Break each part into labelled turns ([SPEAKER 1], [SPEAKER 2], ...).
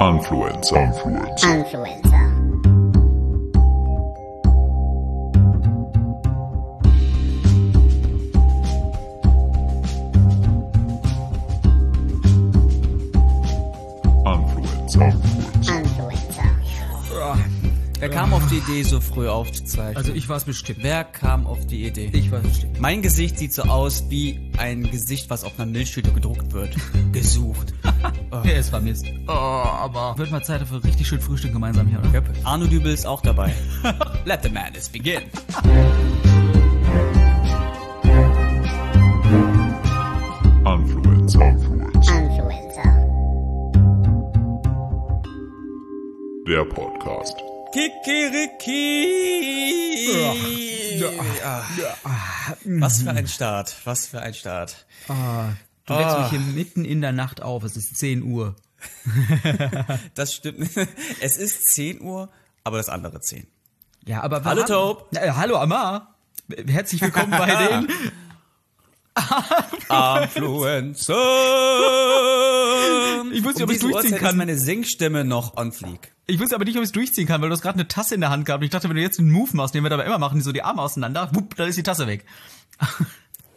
[SPEAKER 1] Influencer. Influencer.
[SPEAKER 2] Influencer.
[SPEAKER 1] Influencer.
[SPEAKER 2] Influencer.
[SPEAKER 3] Wer kam auf die Idee, so früh aufzuzeichnen?
[SPEAKER 4] Also ich war es bestimmt.
[SPEAKER 3] Wer kam auf die Idee?
[SPEAKER 4] Ich war es bestimmt.
[SPEAKER 3] Mein Gesicht sieht so aus wie ein Gesicht, was auf einer Milchschütte gedruckt wird. Gesucht.
[SPEAKER 4] Ja, es war Mist. Oh, aber wird mal Zeit dafür richtig schön Frühstück gemeinsam hier, oder?
[SPEAKER 3] Arno Dübel ist auch dabei. Let the madness begin.
[SPEAKER 1] Influencer. Influencer.
[SPEAKER 2] Influencer.
[SPEAKER 1] Der Podcast.
[SPEAKER 3] Kikeriki. Ah. Was für ein Start. Was für ein Start.
[SPEAKER 4] Ah, du weckst mich hier mitten in der Nacht auf. Es ist 10 Uhr.
[SPEAKER 3] Das stimmt. Es ist 10 Uhr, aber das andere 10.
[SPEAKER 4] Ja, aber
[SPEAKER 3] Hallo,
[SPEAKER 4] haben-
[SPEAKER 3] Taub.
[SPEAKER 4] Na, äh, hallo Amar. Herzlich willkommen bei den.
[SPEAKER 3] Influencer.
[SPEAKER 4] Ich wusste nicht, ob ich
[SPEAKER 3] Um diese
[SPEAKER 4] durchziehen
[SPEAKER 3] Uhrzeit
[SPEAKER 4] kann.
[SPEAKER 3] Ist meine Singstimme noch on fleek.
[SPEAKER 4] Ich wusste aber nicht, ob ich es durchziehen kann, weil du hast gerade eine Tasse in der Hand gehabt. Ich dachte, wenn du jetzt einen Move machst, den wir dabei immer machen, die so die Arme auseinander, wupp, dann ist die Tasse weg.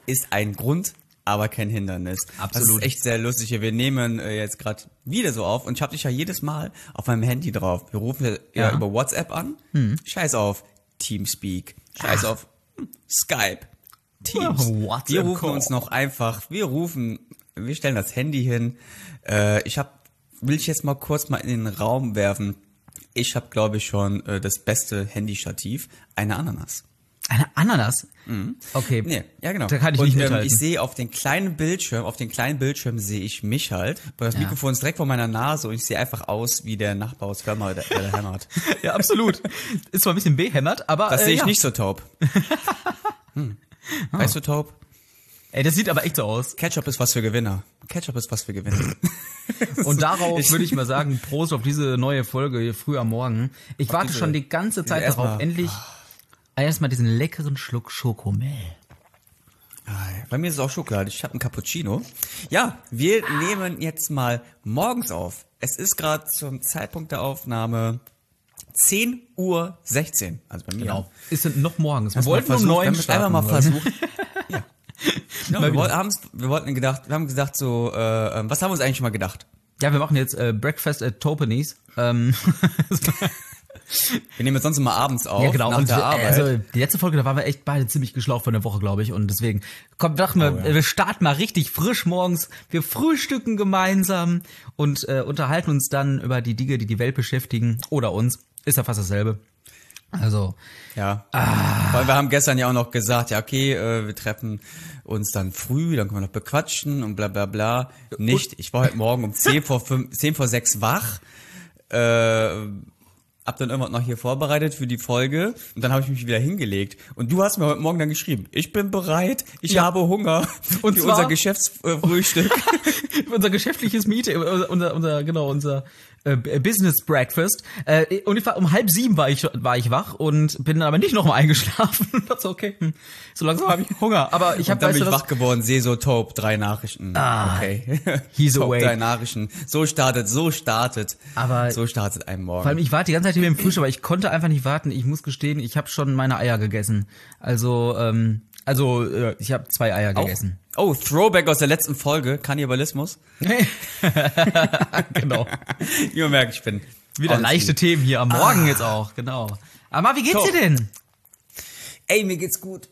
[SPEAKER 3] ist ein Grund, aber kein Hindernis. Das
[SPEAKER 4] Absolut.
[SPEAKER 3] ist echt sehr lustig hier. Wir nehmen äh, jetzt gerade wieder so auf und ich habe dich ja jedes Mal auf meinem Handy drauf. Wir rufen ja,
[SPEAKER 4] Ja. Hm.
[SPEAKER 3] über WhatsApp an. Scheiß auf Teamspeak. Scheiß auf hm, Skype. Teams.
[SPEAKER 4] Ja, WhatsApp
[SPEAKER 3] wir rufen
[SPEAKER 4] Call.
[SPEAKER 3] uns noch einfach. Wir rufen, wir stellen das Handy hin. Äh, ich habe, will ich jetzt mal kurz mal in den Raum werfen. Ich habe, glaube ich, schon äh, das beste Handystativ, eine Ananas.
[SPEAKER 4] Eine Ananas? Okay.
[SPEAKER 3] Mhm. Nee, ja genau.
[SPEAKER 4] Da kann ich
[SPEAKER 3] und,
[SPEAKER 4] nicht
[SPEAKER 3] ähm,
[SPEAKER 4] mithalten.
[SPEAKER 3] ich sehe auf den kleinen Bildschirm, auf den kleinen Bildschirm sehe ich mich halt, weil das Mikrofon ist direkt vor meiner Nase und ich sehe einfach aus wie der Nachbar aus Firma, der, der hämmert.
[SPEAKER 4] ja, absolut. Ist zwar ein bisschen behämmert, aber. äh,
[SPEAKER 3] Das sehe ich
[SPEAKER 4] ja. Ah.
[SPEAKER 3] nicht so taub. Hm. Weißt du taub?
[SPEAKER 4] Ey, das sieht aber echt so aus.
[SPEAKER 3] Ketchup ist was für Gewinner. Ketchup ist was für Gewinner.
[SPEAKER 4] Und darauf
[SPEAKER 3] Ich-
[SPEAKER 4] würde ich mal sagen, Prost auf diese neue Folge hier früh am Morgen. Ich warte
[SPEAKER 3] diese-
[SPEAKER 4] schon die ganze Zeit
[SPEAKER 3] erstmal- Ah.
[SPEAKER 4] darauf, endlich erstmal diesen leckeren Schluck Schokomel.
[SPEAKER 3] Ah, Bei mir ist es auch Schokolade. Ich habe einen Cappuccino. Ja, wir nehmen jetzt mal morgens auf. Es ist gerade zum Zeitpunkt der Aufnahme 10.16 Uhr. Also bei mir.
[SPEAKER 4] Genau. Ist denn noch morgens? Wir
[SPEAKER 3] Wir
[SPEAKER 4] wollten um
[SPEAKER 3] versucht, wir
[SPEAKER 4] neun
[SPEAKER 3] haben es einfach mal
[SPEAKER 4] starten, Leute.
[SPEAKER 3] versucht. ja. Ja, wir, wollten, haben's, wir wollten gedacht, wir haben gedacht so, äh, ähm, was haben wir uns eigentlich mal gedacht?
[SPEAKER 4] Ja, wir machen jetzt äh, Breakfast at Topenies. Ähm,
[SPEAKER 3] Wir nehmen jetzt sonst immer abends auf,
[SPEAKER 4] ja, genau.
[SPEAKER 3] nach
[SPEAKER 4] Und
[SPEAKER 3] der
[SPEAKER 4] wir,
[SPEAKER 3] Arbeit.
[SPEAKER 4] also die letzte Folge, da waren wir echt beide ziemlich geschlaucht von der Woche, glaube ich. Und deswegen, komm, dachten wir,
[SPEAKER 3] Oh,
[SPEAKER 4] äh, wir starten mal richtig frisch morgens. Wir frühstücken gemeinsam und äh, unterhalten uns dann über die Dinge, die die Welt beschäftigen oder uns. Ist ja fast dasselbe. Also,
[SPEAKER 3] ja.
[SPEAKER 4] Ah.
[SPEAKER 3] Weil wir haben gestern ja auch noch gesagt, ja okay, äh, wir treffen uns dann früh, dann können wir noch bequatschen und bla bla bla. Nicht, ich war heute Morgen um 10 vor, 5, 10 vor 6 wach. Äh, hab dann irgendwas noch hier vorbereitet für die Folge und dann habe ich mich wieder hingelegt. Und du hast mir heute Morgen dann geschrieben, ich bin bereit, ich habe Hunger
[SPEAKER 4] Und
[SPEAKER 3] für
[SPEAKER 4] zwar-
[SPEAKER 3] unser Geschäftsfrühstück.
[SPEAKER 4] unser geschäftliches Meeting, unser, unser, unser genau, unser äh, B- Business Breakfast. Äh, und ich war um halb sieben war ich, war ich wach und bin dann aber nicht nochmal eingeschlafen. Und dachte so, okay, hm, so langsam habe ich Hunger. Aber ich
[SPEAKER 3] Ich hab,
[SPEAKER 4] habe,
[SPEAKER 3] dann
[SPEAKER 4] weißt
[SPEAKER 3] bin
[SPEAKER 4] du
[SPEAKER 3] ich
[SPEAKER 4] was,
[SPEAKER 3] wach geworden, sehe so Taub, drei Nachrichten. Ah, okay.
[SPEAKER 4] he's
[SPEAKER 3] Taub,
[SPEAKER 4] awake.
[SPEAKER 3] drei Nachrichten. So startet, so startet.
[SPEAKER 4] Aber-
[SPEAKER 3] so startet ein Morgen.
[SPEAKER 4] vor allem ich warte die ganze Zeit hier mit dem Frühstück, aber ich konnte einfach nicht warten. Ich muss gestehen, ich habe schon meine Eier gegessen. Also, ähm, also äh, ich habe zwei Eier
[SPEAKER 3] Auch-
[SPEAKER 4] gegessen.
[SPEAKER 3] Oh, Throwback aus der letzten Folge, Kannibalismus.
[SPEAKER 4] genau.
[SPEAKER 3] Wie man merkt, ich bin
[SPEAKER 4] Wieder Ah.
[SPEAKER 3] on
[SPEAKER 4] leichte
[SPEAKER 3] speed.
[SPEAKER 4] Themen hier am Morgen jetzt auch, genau. Aber wie geht's
[SPEAKER 3] So.
[SPEAKER 4] dir denn?
[SPEAKER 3] Ey, mir geht's gut.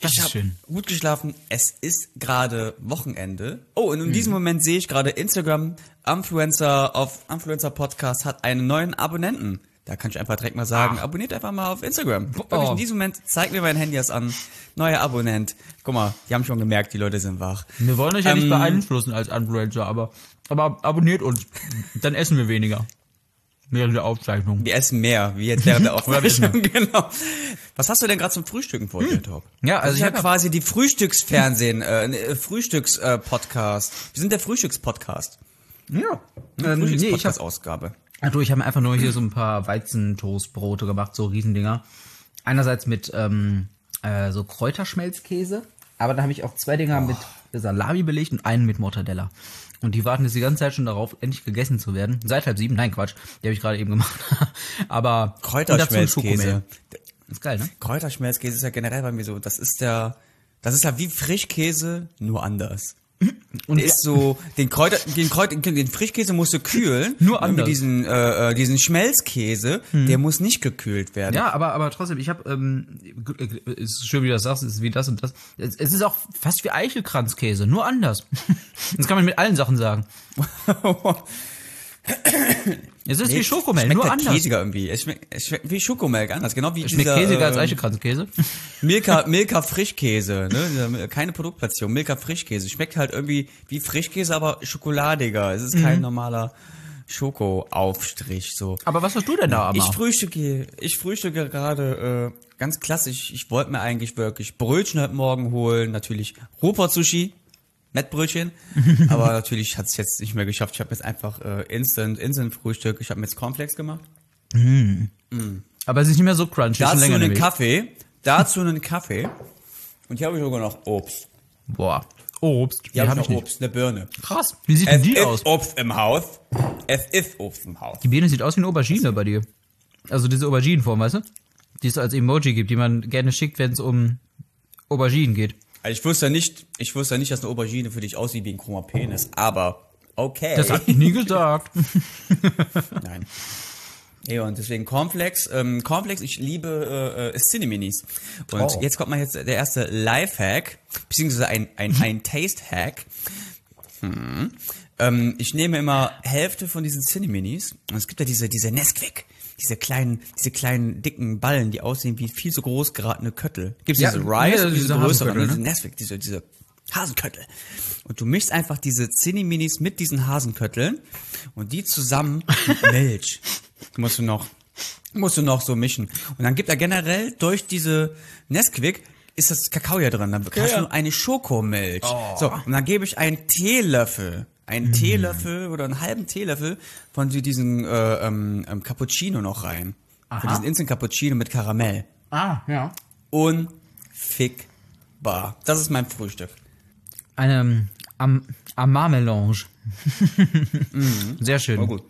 [SPEAKER 4] Das
[SPEAKER 3] ich
[SPEAKER 4] ist
[SPEAKER 3] hab
[SPEAKER 4] schön.
[SPEAKER 3] gut geschlafen. Es ist gerade Wochenende. Oh,
[SPEAKER 4] Hm.
[SPEAKER 3] und in diesem Moment sehe ich gerade Instagram, Influencer auf Influencer Podcast hat einen neuen Abonnenten. Da kann ich einfach direkt mal sagen,
[SPEAKER 4] Ah.
[SPEAKER 3] abonniert einfach mal auf Instagram.
[SPEAKER 4] Oh.
[SPEAKER 3] Wirklich in diesem Moment, zeig mir mein Handy erst an. Neuer Abonnent. Guck mal, die haben schon gemerkt, die Leute sind wach.
[SPEAKER 4] Wir wollen euch ja nicht
[SPEAKER 3] Ähm,
[SPEAKER 4] beeinflussen als Influencer, aber, aber abonniert uns. Dann essen wir weniger. Während der Aufzeichnung.
[SPEAKER 3] Wir essen mehr, wie jetzt während der
[SPEAKER 4] essen
[SPEAKER 3] Aufnahme. genau. Was hast du denn gerade zum Frühstücken vor dir, Top?
[SPEAKER 4] Ja, also
[SPEAKER 3] Das ist
[SPEAKER 4] ich
[SPEAKER 3] ja
[SPEAKER 4] hab-
[SPEAKER 3] quasi die Frühstücksfernsehen, äh, ne, Frühstückspodcast. Wir sind der Frühstückspodcast.
[SPEAKER 4] Ja. Ähm, nee, ich hab,
[SPEAKER 3] Frühstückspodcast-Ausgabe.
[SPEAKER 4] also ich habe einfach nur hier so ein paar Weizentoastbrote gemacht, so Riesendinger. Einerseits mit ähm, äh, so Kräuterschmelzkäse, aber dann habe ich auch zwei Dinger mit Salami belegt und einen mit Mortadella. Und die warten jetzt die ganze Zeit schon darauf, endlich gegessen zu werden. Seit halb sieben, nein Quatsch, die habe ich gerade eben gemacht. Aber und dazu ein Schokomehl.
[SPEAKER 3] Kräuterschmelzkäse.
[SPEAKER 4] Ist geil, ne?
[SPEAKER 3] Kräuterschmelzkäse ist ja generell bei mir so, das ist der, das ist ja wie Frischkäse, nur anders. Und ist so, den Kräuter, den Kräuter, den Frischkäse musst du kühlen.
[SPEAKER 4] Nur
[SPEAKER 3] Und mit
[SPEAKER 4] anders. Hm.
[SPEAKER 3] Diesen, äh, äh, diesen Schmelzkäse, der muss nicht gekühlt werden.
[SPEAKER 4] Ja, aber, aber trotzdem, ich habe, ähm, g- g- ist schön, wie du das sagst, ist wie das und das. Es, es ist auch fast wie Eichelkranzkäse, nur anders. das kann man mit allen Sachen sagen. Es ist wie Schokomel,
[SPEAKER 3] schmeckt
[SPEAKER 4] nur
[SPEAKER 3] halt
[SPEAKER 4] anders.
[SPEAKER 3] käsiger irgendwie. Es schmeckt, es schmeckt wie Schokomilk anders, genau wie
[SPEAKER 4] Schmeckt
[SPEAKER 3] dieser,
[SPEAKER 4] käsiger als
[SPEAKER 3] ähm,
[SPEAKER 4] Eichelkranzkäse.
[SPEAKER 3] Milka, Milka Frischkäse, ne? Dieser- Keine Produktplatzierung, Milka Frischkäse. Schmeckt halt irgendwie wie Frischkäse, aber schokoladiger. Es ist kein normaler Schokoaufstrich, so.
[SPEAKER 4] Mhm. Aber was hast du denn da, Amar?
[SPEAKER 3] Ich frühstücke, ich frühstücke gerade äh, ganz klassisch. Ich wollte mir eigentlich wirklich Brötchen heute Morgen holen, natürlich Ruhrpott Sushi, Mettbrötchen, aber natürlich hat es jetzt nicht mehr geschafft. Ich habe jetzt einfach äh, Instant Instant Frühstück. Ich habe mir jetzt Cornflakes gemacht.
[SPEAKER 4] aber es ist nicht mehr so crunchy, ist schon
[SPEAKER 3] Dazu
[SPEAKER 4] länger
[SPEAKER 3] einen
[SPEAKER 4] nämlich.
[SPEAKER 3] Kaffee, dazu einen Kaffee und hier habe ich sogar noch Obst.
[SPEAKER 4] Boah. Obst.
[SPEAKER 3] Hier
[SPEAKER 4] die
[SPEAKER 3] habe
[SPEAKER 4] hab
[SPEAKER 3] ich noch
[SPEAKER 4] ich nicht.
[SPEAKER 3] Obst, eine Birne.
[SPEAKER 4] Krass. Wie sieht denn
[SPEAKER 3] Es
[SPEAKER 4] die
[SPEAKER 3] ist
[SPEAKER 4] aus?
[SPEAKER 3] Obst im Haus. Es ist Obst im Haus.
[SPEAKER 4] Die Birne sieht aus wie eine Aubergine bei dir. Also diese Auberginenform, weißt du? Die es als Emoji gibt, die man gerne schickt, wenn es um Auberginen geht.
[SPEAKER 3] Also ich wusste ja nicht, ich wusste ja nicht, dass eine Aubergine für dich aussieht wie ein krummer Penis, aber okay.
[SPEAKER 4] Das hab ich nie gesagt.
[SPEAKER 3] Nein. Ja, und deswegen Cornflakes. Ähm, Cornflakes, ich liebe äh, äh, Cineminis. Und
[SPEAKER 4] Oh.
[SPEAKER 3] jetzt kommt mal jetzt der erste Lifehack, beziehungsweise ein, ein, ein Taste-Hack. Hm. Ähm, ich nehme immer Hälfte von diesen Cineminis. Und es gibt ja diese, diese Nesquik. Diese kleinen, diese kleinen dicken Ballen, die aussehen wie viel zu groß geratene Köttel. Gibt's
[SPEAKER 4] Ja,
[SPEAKER 3] diese
[SPEAKER 4] ja,
[SPEAKER 3] Rice,
[SPEAKER 4] diese
[SPEAKER 3] und diese größeren,
[SPEAKER 4] Hasenköttel, ne?
[SPEAKER 3] diese Nesquik, diese, diese Hasenköttel. Und du mischst einfach diese Zinni-Minis mit diesen Hasenkötteln und die zusammen mit Milch. musst du noch, musst du noch so mischen. Und dann gibt er generell durch diese Nesquik ist das Kakao ja Oh. drin. Dann hast du eine Schokomilch. So, und dann gebe ich einen Teelöffel. Einen Teelöffel oder einen halben Teelöffel von die- diesen äh, ähm, ähm, Cappuccino noch rein. Von diesen Instant Cappuccino mit Karamell
[SPEAKER 4] Ah, ja.
[SPEAKER 3] unfickbar. Das ist mein Frühstück.
[SPEAKER 4] Eine ähm, Am Amar-Melange. Sehr schön.
[SPEAKER 3] gut.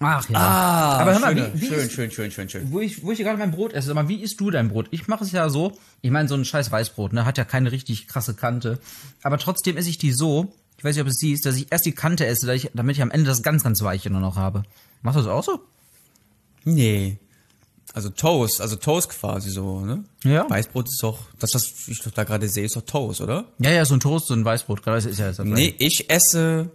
[SPEAKER 4] Ach ja. Aber hör mal,
[SPEAKER 3] schön,
[SPEAKER 4] wie, wie
[SPEAKER 3] Ah, schön,
[SPEAKER 4] ist,
[SPEAKER 3] schön, schön, schön, schön.
[SPEAKER 4] wo ich, wo ich hier gerade mein Brot esse, sag mal, wie isst du dein Brot? Ich mache es ja so, ich meine, so ein scheiß Weißbrot, ne, hat ja keine richtig krasse Kante. Aber trotzdem esse ich die so, ich weiß nicht, ob du es siehst, dass ich erst die Kante esse, damit ich, damit ich am Ende das ganz, ganz Weiche nur noch habe. Machst du das auch so?
[SPEAKER 3] Nee. Also Toast, also Toast quasi so, ne?
[SPEAKER 4] Ja.
[SPEAKER 3] Weißbrot ist doch, das, was ich doch da gerade sehe, ist doch Toast, oder?
[SPEAKER 4] Ja, ja, so ein Toast, so ein Weißbrot, gerade das ist ja das.
[SPEAKER 3] Nee, ich esse,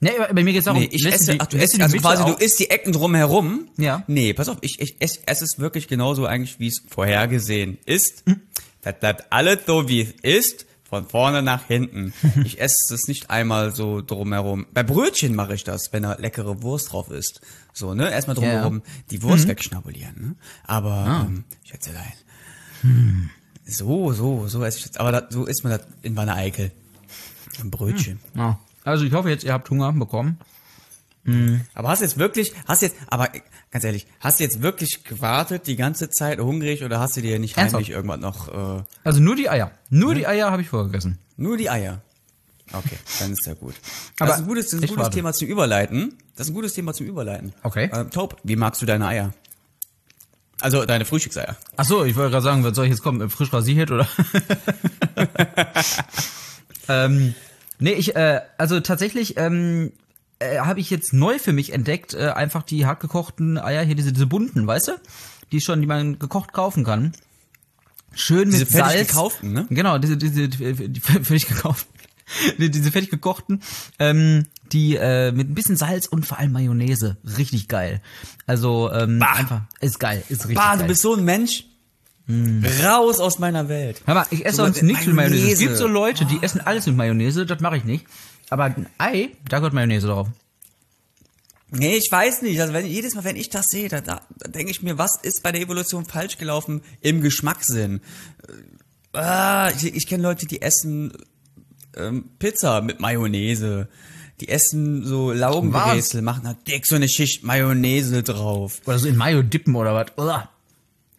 [SPEAKER 4] Nee, aber bei mir geht's darum,
[SPEAKER 3] nee, ich
[SPEAKER 4] lässt
[SPEAKER 3] esse,
[SPEAKER 4] die-
[SPEAKER 3] ach, du
[SPEAKER 4] lässt
[SPEAKER 3] isst,
[SPEAKER 4] die
[SPEAKER 3] also
[SPEAKER 4] Mitte
[SPEAKER 3] quasi,
[SPEAKER 4] auf?
[SPEAKER 3] du isst die Ecken drumherum.
[SPEAKER 4] Ja.
[SPEAKER 3] Nee, pass auf, ich, ich esse, esse es wirklich genauso eigentlich, wie es vorhergesehen ist.
[SPEAKER 4] Mhm.
[SPEAKER 3] Das bleibt alles so, wie es ist, von vorne nach hinten. ich esse es nicht einmal so drumherum. Bei Brötchen mache ich das, wenn da leckere Wurst drauf ist. So, ne, erstmal drumherum die Wurst
[SPEAKER 4] Mhm.
[SPEAKER 3] wegschnabulieren, ne? Aber,
[SPEAKER 4] Ah.
[SPEAKER 3] ähm, Schätzelein. So, so, so esse ich das. Aber das, so isst man das in Wanne Eickel. Ein Brötchen.
[SPEAKER 4] Ja. Also ich hoffe jetzt, ihr habt Hunger bekommen.
[SPEAKER 3] Aber hast du jetzt wirklich, hast du jetzt, aber äh, ganz ehrlich, hast du jetzt wirklich gewartet die ganze Zeit hungrig oder hast du dir nicht
[SPEAKER 4] Ernsthaft?
[SPEAKER 3] heimlich irgendwann noch, äh,
[SPEAKER 4] Also nur die Eier. Nur die Eier habe ich vorgegessen.
[SPEAKER 3] nur die Eier? Okay, dann ist ja gut.
[SPEAKER 4] Aber
[SPEAKER 3] das ist ein gutes, das ist ein
[SPEAKER 4] ich
[SPEAKER 3] gutes
[SPEAKER 4] warte.
[SPEAKER 3] Thema zum Überleiten. Das ist ein gutes Thema zum Überleiten.
[SPEAKER 4] Okay.
[SPEAKER 3] Ähm, Taub, wie magst du deine Eier? Also deine Frühstückseier.
[SPEAKER 4] Ach so, ich wollte gerade sagen, was soll ich jetzt kommen? Frisch rasiert oder? ähm, nee, ich, äh, also tatsächlich ähm, äh, habe ich jetzt neu für mich entdeckt, äh, einfach die hartgekochten Eier hier, diese, diese bunten, weißt du? Die schon, die man gekocht kaufen kann. Schön
[SPEAKER 3] Diese
[SPEAKER 4] mit
[SPEAKER 3] fertig
[SPEAKER 4] Salz.
[SPEAKER 3] gekauften, ne?
[SPEAKER 4] Genau, diese, diese die, die fertig gekauften. Die- diese fertig gekochten, ähm, die äh, mit ein bisschen Salz und vor allem Mayonnaise. Richtig geil. Also ähm, einfach, ist geil, ist richtig
[SPEAKER 3] Bah,
[SPEAKER 4] geil.
[SPEAKER 3] du bist so ein Mensch.
[SPEAKER 4] Hm.
[SPEAKER 3] Raus aus meiner Welt.
[SPEAKER 4] Hör mal, ich esse
[SPEAKER 3] So
[SPEAKER 4] sonst
[SPEAKER 3] mit
[SPEAKER 4] nichts mit Mayonnaise. Es
[SPEAKER 3] Mayonnaise.
[SPEAKER 4] gibt so Leute, die essen alles mit Mayonnaise, das mache ich nicht. Aber ein Ei, da gehört Mayonnaise drauf.
[SPEAKER 3] Nee, ich weiß nicht. Also wenn, jedes Mal, wenn ich das sehe, da, da, da denke ich mir, was ist bei der Evolution falsch gelaufen im Geschmackssinn? Äh, Ah, ich ich kenne Leute, die essen ähm, Pizza mit Mayonnaise. Die essen so Laugenbrezel, machen da dick so eine Schicht Mayonnaise drauf.
[SPEAKER 4] Oder so in Mayo dippen oder was. Uah.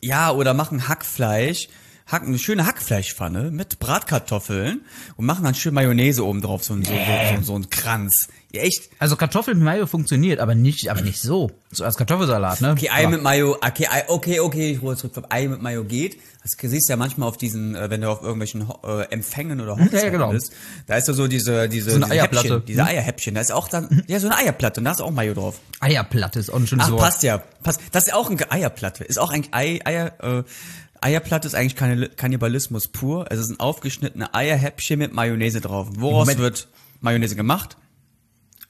[SPEAKER 3] Ja, oder machen Hackfleisch Hack, eine schöne Hackfleischpfanne mit Bratkartoffeln und machen dann schön Mayonnaise oben drauf, so, ein- so, so, so, so einen Kranz. Ja, echt?
[SPEAKER 4] Also Kartoffeln mit Mayo funktioniert, aber nicht, aber nicht so. So als Kartoffelsalat, ne?
[SPEAKER 3] Okay, Ei mit Mayo, okay, Ei, okay, okay, ich hole zurück, Ei mit Mayo geht. Das siehst du ja manchmal auf diesen, äh, wenn du auf irgendwelchen Ho- äh, Empfängen oder Hochzeiten
[SPEAKER 4] ja, genau.
[SPEAKER 3] bist, da ist ja so diese, diese,
[SPEAKER 4] eine
[SPEAKER 3] diese
[SPEAKER 4] Eierplatte. Hm?
[SPEAKER 3] Häppchen, diese Eierhäppchen, da ist auch dann, ja, so eine Eierplatte und da ist auch Mayo drauf.
[SPEAKER 4] Eierplatte ist auch ein schönes
[SPEAKER 3] Ach,
[SPEAKER 4] Wort.
[SPEAKER 3] passt ja, passt. Das ist auch ein Ge- Eierplatte, ist auch eigentlich Ei, Eier, äh, Eierplatte ist eigentlich Kannibal- Kannibalismus pur. Es sind aufgeschnittene Eierhäppchen mit Mayonnaise drauf. Woraus
[SPEAKER 4] Moment.
[SPEAKER 3] wird Mayonnaise gemacht?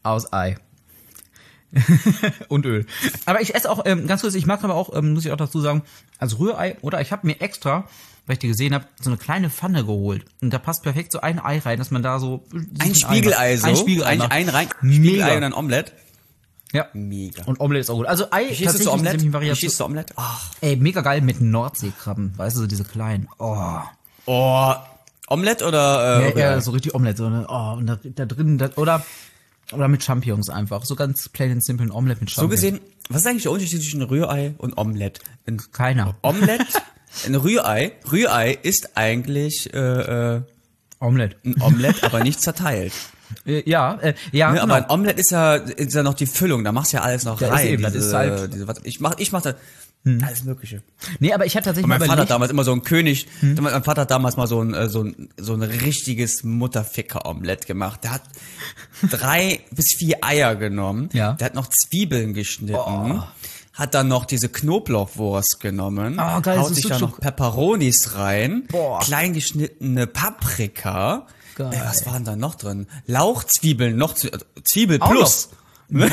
[SPEAKER 4] Aus Ei. und Öl. Aber ich esse auch, ähm, ganz kurz, ich mag aber auch, ähm, muss ich auch dazu sagen, als Rührei oder ich habe mir extra, weil ich die gesehen habe, so eine kleine Pfanne geholt. Und da passt perfekt so ein Ei rein, dass man da so...
[SPEAKER 3] Ein Spiegelei, so.
[SPEAKER 4] Ein Spiegelei.
[SPEAKER 3] ein,
[SPEAKER 4] macht.
[SPEAKER 3] ein rein,
[SPEAKER 4] Mega.
[SPEAKER 3] Spiegelei und ein Omelett.
[SPEAKER 4] ja.
[SPEAKER 3] Mega.
[SPEAKER 4] Und Omelette ist auch gut. Also Ei
[SPEAKER 3] Wie schießt du zu
[SPEAKER 4] in
[SPEAKER 3] Omelett?
[SPEAKER 4] sämtlichen
[SPEAKER 3] Wie
[SPEAKER 4] Variationen.
[SPEAKER 3] schießt du Omelett? Ach.
[SPEAKER 4] Ey, mega geil mit Nordseekrabben. Weißt du, so diese kleinen. Oh.
[SPEAKER 3] Oh, Omelett oder äh,
[SPEAKER 4] Ja, ja,
[SPEAKER 3] Rührei?
[SPEAKER 4] so richtig Omelette. So, ne? Oh, und da, da drin, da, oder, oder mit Champignons einfach. So ganz plain and simple ein Omelette mit
[SPEAKER 3] so
[SPEAKER 4] Champignons.
[SPEAKER 3] gesehen, was ist eigentlich der Unterschied zwischen Rührei und Omelett? Ein
[SPEAKER 4] Keiner.
[SPEAKER 3] Omelett, ein Rührei, Rührei ist eigentlich äh, äh,
[SPEAKER 4] Omelette.
[SPEAKER 3] ein Omelett, aber nicht zerteilt.
[SPEAKER 4] Äh, Ja, äh, ja,
[SPEAKER 3] Ne,
[SPEAKER 4] genau.
[SPEAKER 3] Aber ein Omelett ist ja ist ja noch die Füllung, da machst du ja alles noch
[SPEAKER 4] Ja, ist
[SPEAKER 3] rein.
[SPEAKER 4] eben, das
[SPEAKER 3] diese,
[SPEAKER 4] ist Hm. halt-
[SPEAKER 3] diese, was, ich mach ich mach da alles mögliche.
[SPEAKER 4] nee, aber ich hatte tatsächlich
[SPEAKER 3] Mein
[SPEAKER 4] mal
[SPEAKER 3] Vater hat
[SPEAKER 4] überlegt, Hm.
[SPEAKER 3] damals immer so ein König, mein Vater hat damals mal so ein, äh, so ein, so ein richtiges Mutterficker-Omelett gemacht. Der hat drei bis vier Eier genommen.
[SPEAKER 4] Ja. Oh.
[SPEAKER 3] Der hat noch Zwiebeln geschnitten. Hat dann noch diese Knoblauchwurst genommen.
[SPEAKER 4] Ah, geil,
[SPEAKER 3] haut
[SPEAKER 4] so
[SPEAKER 3] sich
[SPEAKER 4] Sucuk.
[SPEAKER 3] da noch Peperonis rein.
[SPEAKER 4] Boah.
[SPEAKER 3] Klein geschnittene Paprika.
[SPEAKER 4] Geil.
[SPEAKER 3] Ey, was waren da noch drin? Lauchzwiebeln, noch Zwie- also Zwiebel
[SPEAKER 4] Auch
[SPEAKER 3] plus.
[SPEAKER 4] boah,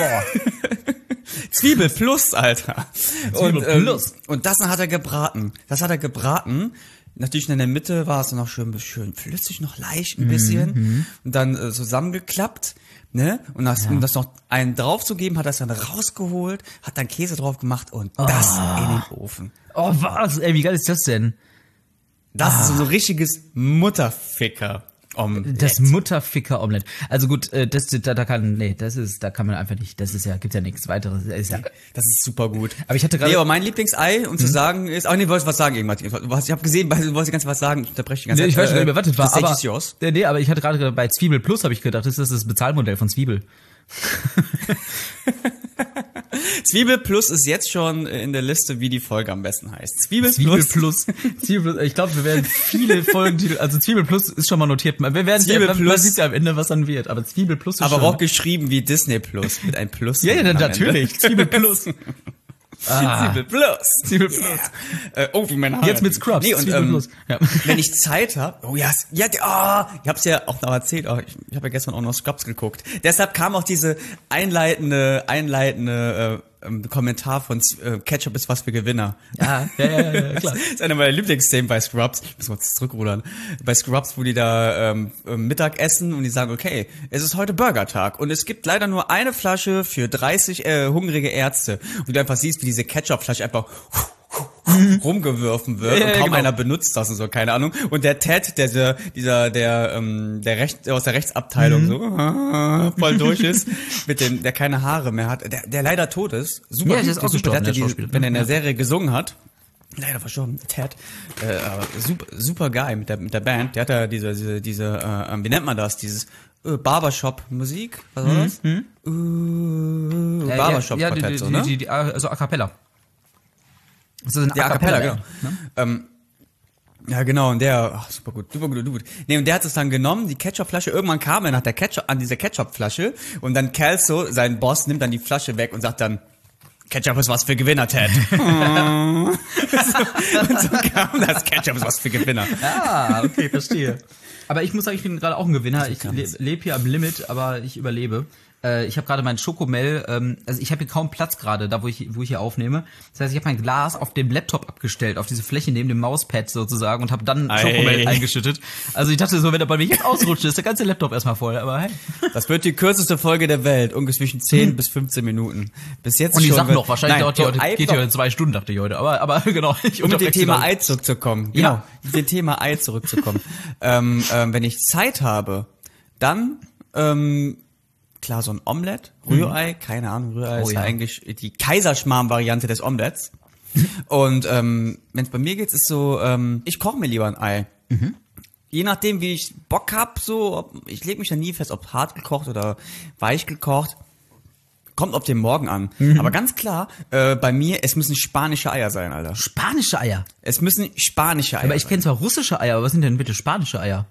[SPEAKER 3] Zwiebel plus, Alter. und, ähm,
[SPEAKER 4] plus.
[SPEAKER 3] und das hat er gebraten. Das hat er gebraten. Natürlich in der Mitte war es noch schön, schön flüssig, noch leicht
[SPEAKER 4] Mhm,
[SPEAKER 3] ein bisschen. Und dann äh, zusammengeklappt. Ne? Und das, um das noch einen draufzugeben, hat er es dann rausgeholt, hat dann Käse drauf gemacht und
[SPEAKER 4] Ah.
[SPEAKER 3] das in den Ofen.
[SPEAKER 4] oh was, ey, wie geil ist das denn?
[SPEAKER 3] Das
[SPEAKER 4] Ah.
[SPEAKER 3] ist so ein richtiges Mutterficker. Um,
[SPEAKER 4] Das Mutterficker-Omelette. Also gut, äh, das, da, da kann, nee, das ist, da kann man einfach nicht, das ist ja, gibt ja nichts weiteres. Ist ja,
[SPEAKER 3] Das ist super gut.
[SPEAKER 4] Aber ich hatte gerade- Mhm.
[SPEAKER 3] Nee, aber mein Lieblingsei, um zu sagen, ist. Ach nee, du wolltest was sagen, irgendwas. Was- Ich habe gesehen, du wolltest ganz was sagen. Ich unterbreche die ganze
[SPEAKER 4] nee,
[SPEAKER 3] Zeit.
[SPEAKER 4] ich weiß schon, äh, wartet war,
[SPEAKER 3] das
[SPEAKER 4] aber,
[SPEAKER 3] Stage is yours.
[SPEAKER 4] nee, nee, aber ich hatte gerade gedacht, bei Zwiebel Plus habe ich gedacht, das ist das Bezahlmodell von Zwiebel.
[SPEAKER 3] Zwiebel Plus ist jetzt schon äh, in der Liste, wie die Folge am besten heißt. Zwiebel,
[SPEAKER 4] Zwiebel
[SPEAKER 3] Plus.
[SPEAKER 4] Plus. Zwiebel Plus. Ich glaube, wir werden viele Folgentitel, also Zwiebel Plus ist schon mal notiert. Wir werden,
[SPEAKER 3] Zwiebel
[SPEAKER 4] man, man
[SPEAKER 3] Plus.
[SPEAKER 4] sieht ja am Ende, was dann wird, aber Zwiebel Plus ist
[SPEAKER 3] Aber
[SPEAKER 4] schon.
[SPEAKER 3] auch geschrieben wie Disney Plus mit einem Plus.
[SPEAKER 4] ja, ja,
[SPEAKER 3] hinten am
[SPEAKER 4] natürlich.
[SPEAKER 3] Ende.
[SPEAKER 4] Zwiebel Plus. Ah.
[SPEAKER 3] Zwiebel Plus.
[SPEAKER 4] Zwiebel Plus.
[SPEAKER 3] Äh, oh, wie mein Haar.
[SPEAKER 4] Jetzt mit Scrubs.
[SPEAKER 3] Nee, und,
[SPEAKER 4] Zwiebel
[SPEAKER 3] ähm,
[SPEAKER 4] Plus. Ja.
[SPEAKER 3] Wenn ich Zeit habe, oh ja, s- ja, d- ah, ich hab's ja auch noch erzählt, aber ich, ich habe ja gestern auch noch Scrubs geguckt. Deshalb kam auch diese einleitende, einleitende äh, ähm, Kommentar von Z- äh, Ketchup ist was für Gewinner.
[SPEAKER 4] Ja, ja, ja, ja, klar.
[SPEAKER 3] Das ist einer meiner Lieblingsszenen bei Scrubs. Ich muss mal kurz zurückrudern. Bei Scrubs, wo die da ähm, ähm, Mittag essen und die sagen, okay, es ist heute Burgertag und es gibt leider nur eine Flasche für 30 äh, hungrige Ärzte. Und du einfach siehst, wie diese Ketchupflasche einfach rumgeworfen wird
[SPEAKER 4] Ja,
[SPEAKER 3] und
[SPEAKER 4] ja,
[SPEAKER 3] kaum
[SPEAKER 4] genau.
[SPEAKER 3] einer benutzt das und so, keine Ahnung. Und der Ted, der, der dieser, der, ähm, der Recht, aus der Rechtsabteilung
[SPEAKER 4] Mhm.
[SPEAKER 3] so voll durch ist, mit dem, der keine Haare mehr hat, der, der leider tot ist, super,
[SPEAKER 4] Ja, der ist
[SPEAKER 3] super,
[SPEAKER 4] ausgestorben,
[SPEAKER 3] der
[SPEAKER 4] der
[SPEAKER 3] hatte die,
[SPEAKER 4] Schauspieler. ne?
[SPEAKER 3] wenn er in der
[SPEAKER 4] Ja.
[SPEAKER 3] Serie gesungen hat, leider verstorben, Ted, äh, aber super, super geil mit der, mit der Band, der hat ja diese, diese, diese, äh, ähm, wie nennt man das, dieses äh, Barbershop-Musik, was war das? Uh,
[SPEAKER 4] Mhm, Ja, ja,
[SPEAKER 3] Barbershop-Quartett,
[SPEAKER 4] ja, die,
[SPEAKER 3] so,
[SPEAKER 4] die,
[SPEAKER 3] ne?
[SPEAKER 4] die, die, also A Cappella. Das ist ein
[SPEAKER 3] Ja, A Cappella, genau.
[SPEAKER 4] Band, ne?
[SPEAKER 3] Ähm, ja, genau, und der, ach, super gut, super gut, super gut. Nee, und der hat es dann genommen, die Ketchupflasche, irgendwann kam er nach der Ketchup, an diese Ketchupflasche und dann Kelso, sein Boss, nimmt dann die Flasche weg und sagt dann, Ketchup ist was für Gewinner, Ted. und so kam das, Ketchup ist was für Gewinner.
[SPEAKER 4] Ah, okay, verstehe. aber ich muss sagen, ich bin gerade auch ein Gewinner.
[SPEAKER 3] Also
[SPEAKER 4] Ich le
[SPEAKER 3] kann's.
[SPEAKER 4] lebe hier am Limit, aber ich überlebe. Äh, ich habe gerade mein Schokomel, ähm, also ich habe hier kaum Platz gerade, da wo ich, wo ich hier aufnehme. Das heißt, ich habe mein Glas auf dem Laptop abgestellt, auf diese Fläche neben dem Mauspad sozusagen und habe dann
[SPEAKER 3] Ei.
[SPEAKER 4] Schokomel eingeschüttet. Also ich dachte so, wenn der bei mir jetzt ausrutscht, ist der ganze Laptop erstmal voll. Aber hey.
[SPEAKER 3] Das wird die kürzeste Folge der Welt, ungefähr zwischen 10 bis 15 Minuten. Bis jetzt
[SPEAKER 4] Hm. Und ich
[SPEAKER 3] schon
[SPEAKER 4] sag
[SPEAKER 3] wird-
[SPEAKER 4] noch, wahrscheinlich
[SPEAKER 3] Nein,
[SPEAKER 4] dauert die heute,
[SPEAKER 3] Ei-
[SPEAKER 4] geht die heute zwei Stunden, dachte ich heute. Aber, aber genau, ich
[SPEAKER 3] um mit dem
[SPEAKER 4] unterbreche
[SPEAKER 3] Thema
[SPEAKER 4] noch.
[SPEAKER 3] Ei zurückzukommen. Genau,
[SPEAKER 4] Ja.
[SPEAKER 3] ja. mit dem Thema Ei zurückzukommen. ähm, ähm, wenn ich Zeit habe, dann ähm, klar so ein Omelett, Rührei, keine Ahnung, Rührei
[SPEAKER 4] Mhm. Oh
[SPEAKER 3] ist
[SPEAKER 4] ja.
[SPEAKER 3] ja eigentlich die Kaiserschmarrn-Variante des Omelettes. Und ähm, wenn es bei mir geht, ist so, ähm, ich koche mir lieber ein Ei.
[SPEAKER 4] Mhm.
[SPEAKER 3] Je nachdem, wie ich Bock hab, so, ob, ich lege mich ja nie fest, ob hart gekocht oder weich gekocht. Kommt auf den Morgen an.
[SPEAKER 4] Mhm.
[SPEAKER 3] Aber ganz klar, äh, bei mir, es müssen spanische Eier sein, Alter.
[SPEAKER 4] Spanische Eier.
[SPEAKER 3] Es müssen spanische Eier
[SPEAKER 4] Aber ich kenne zwar russische Eier, aber was sind denn bitte spanische Eier?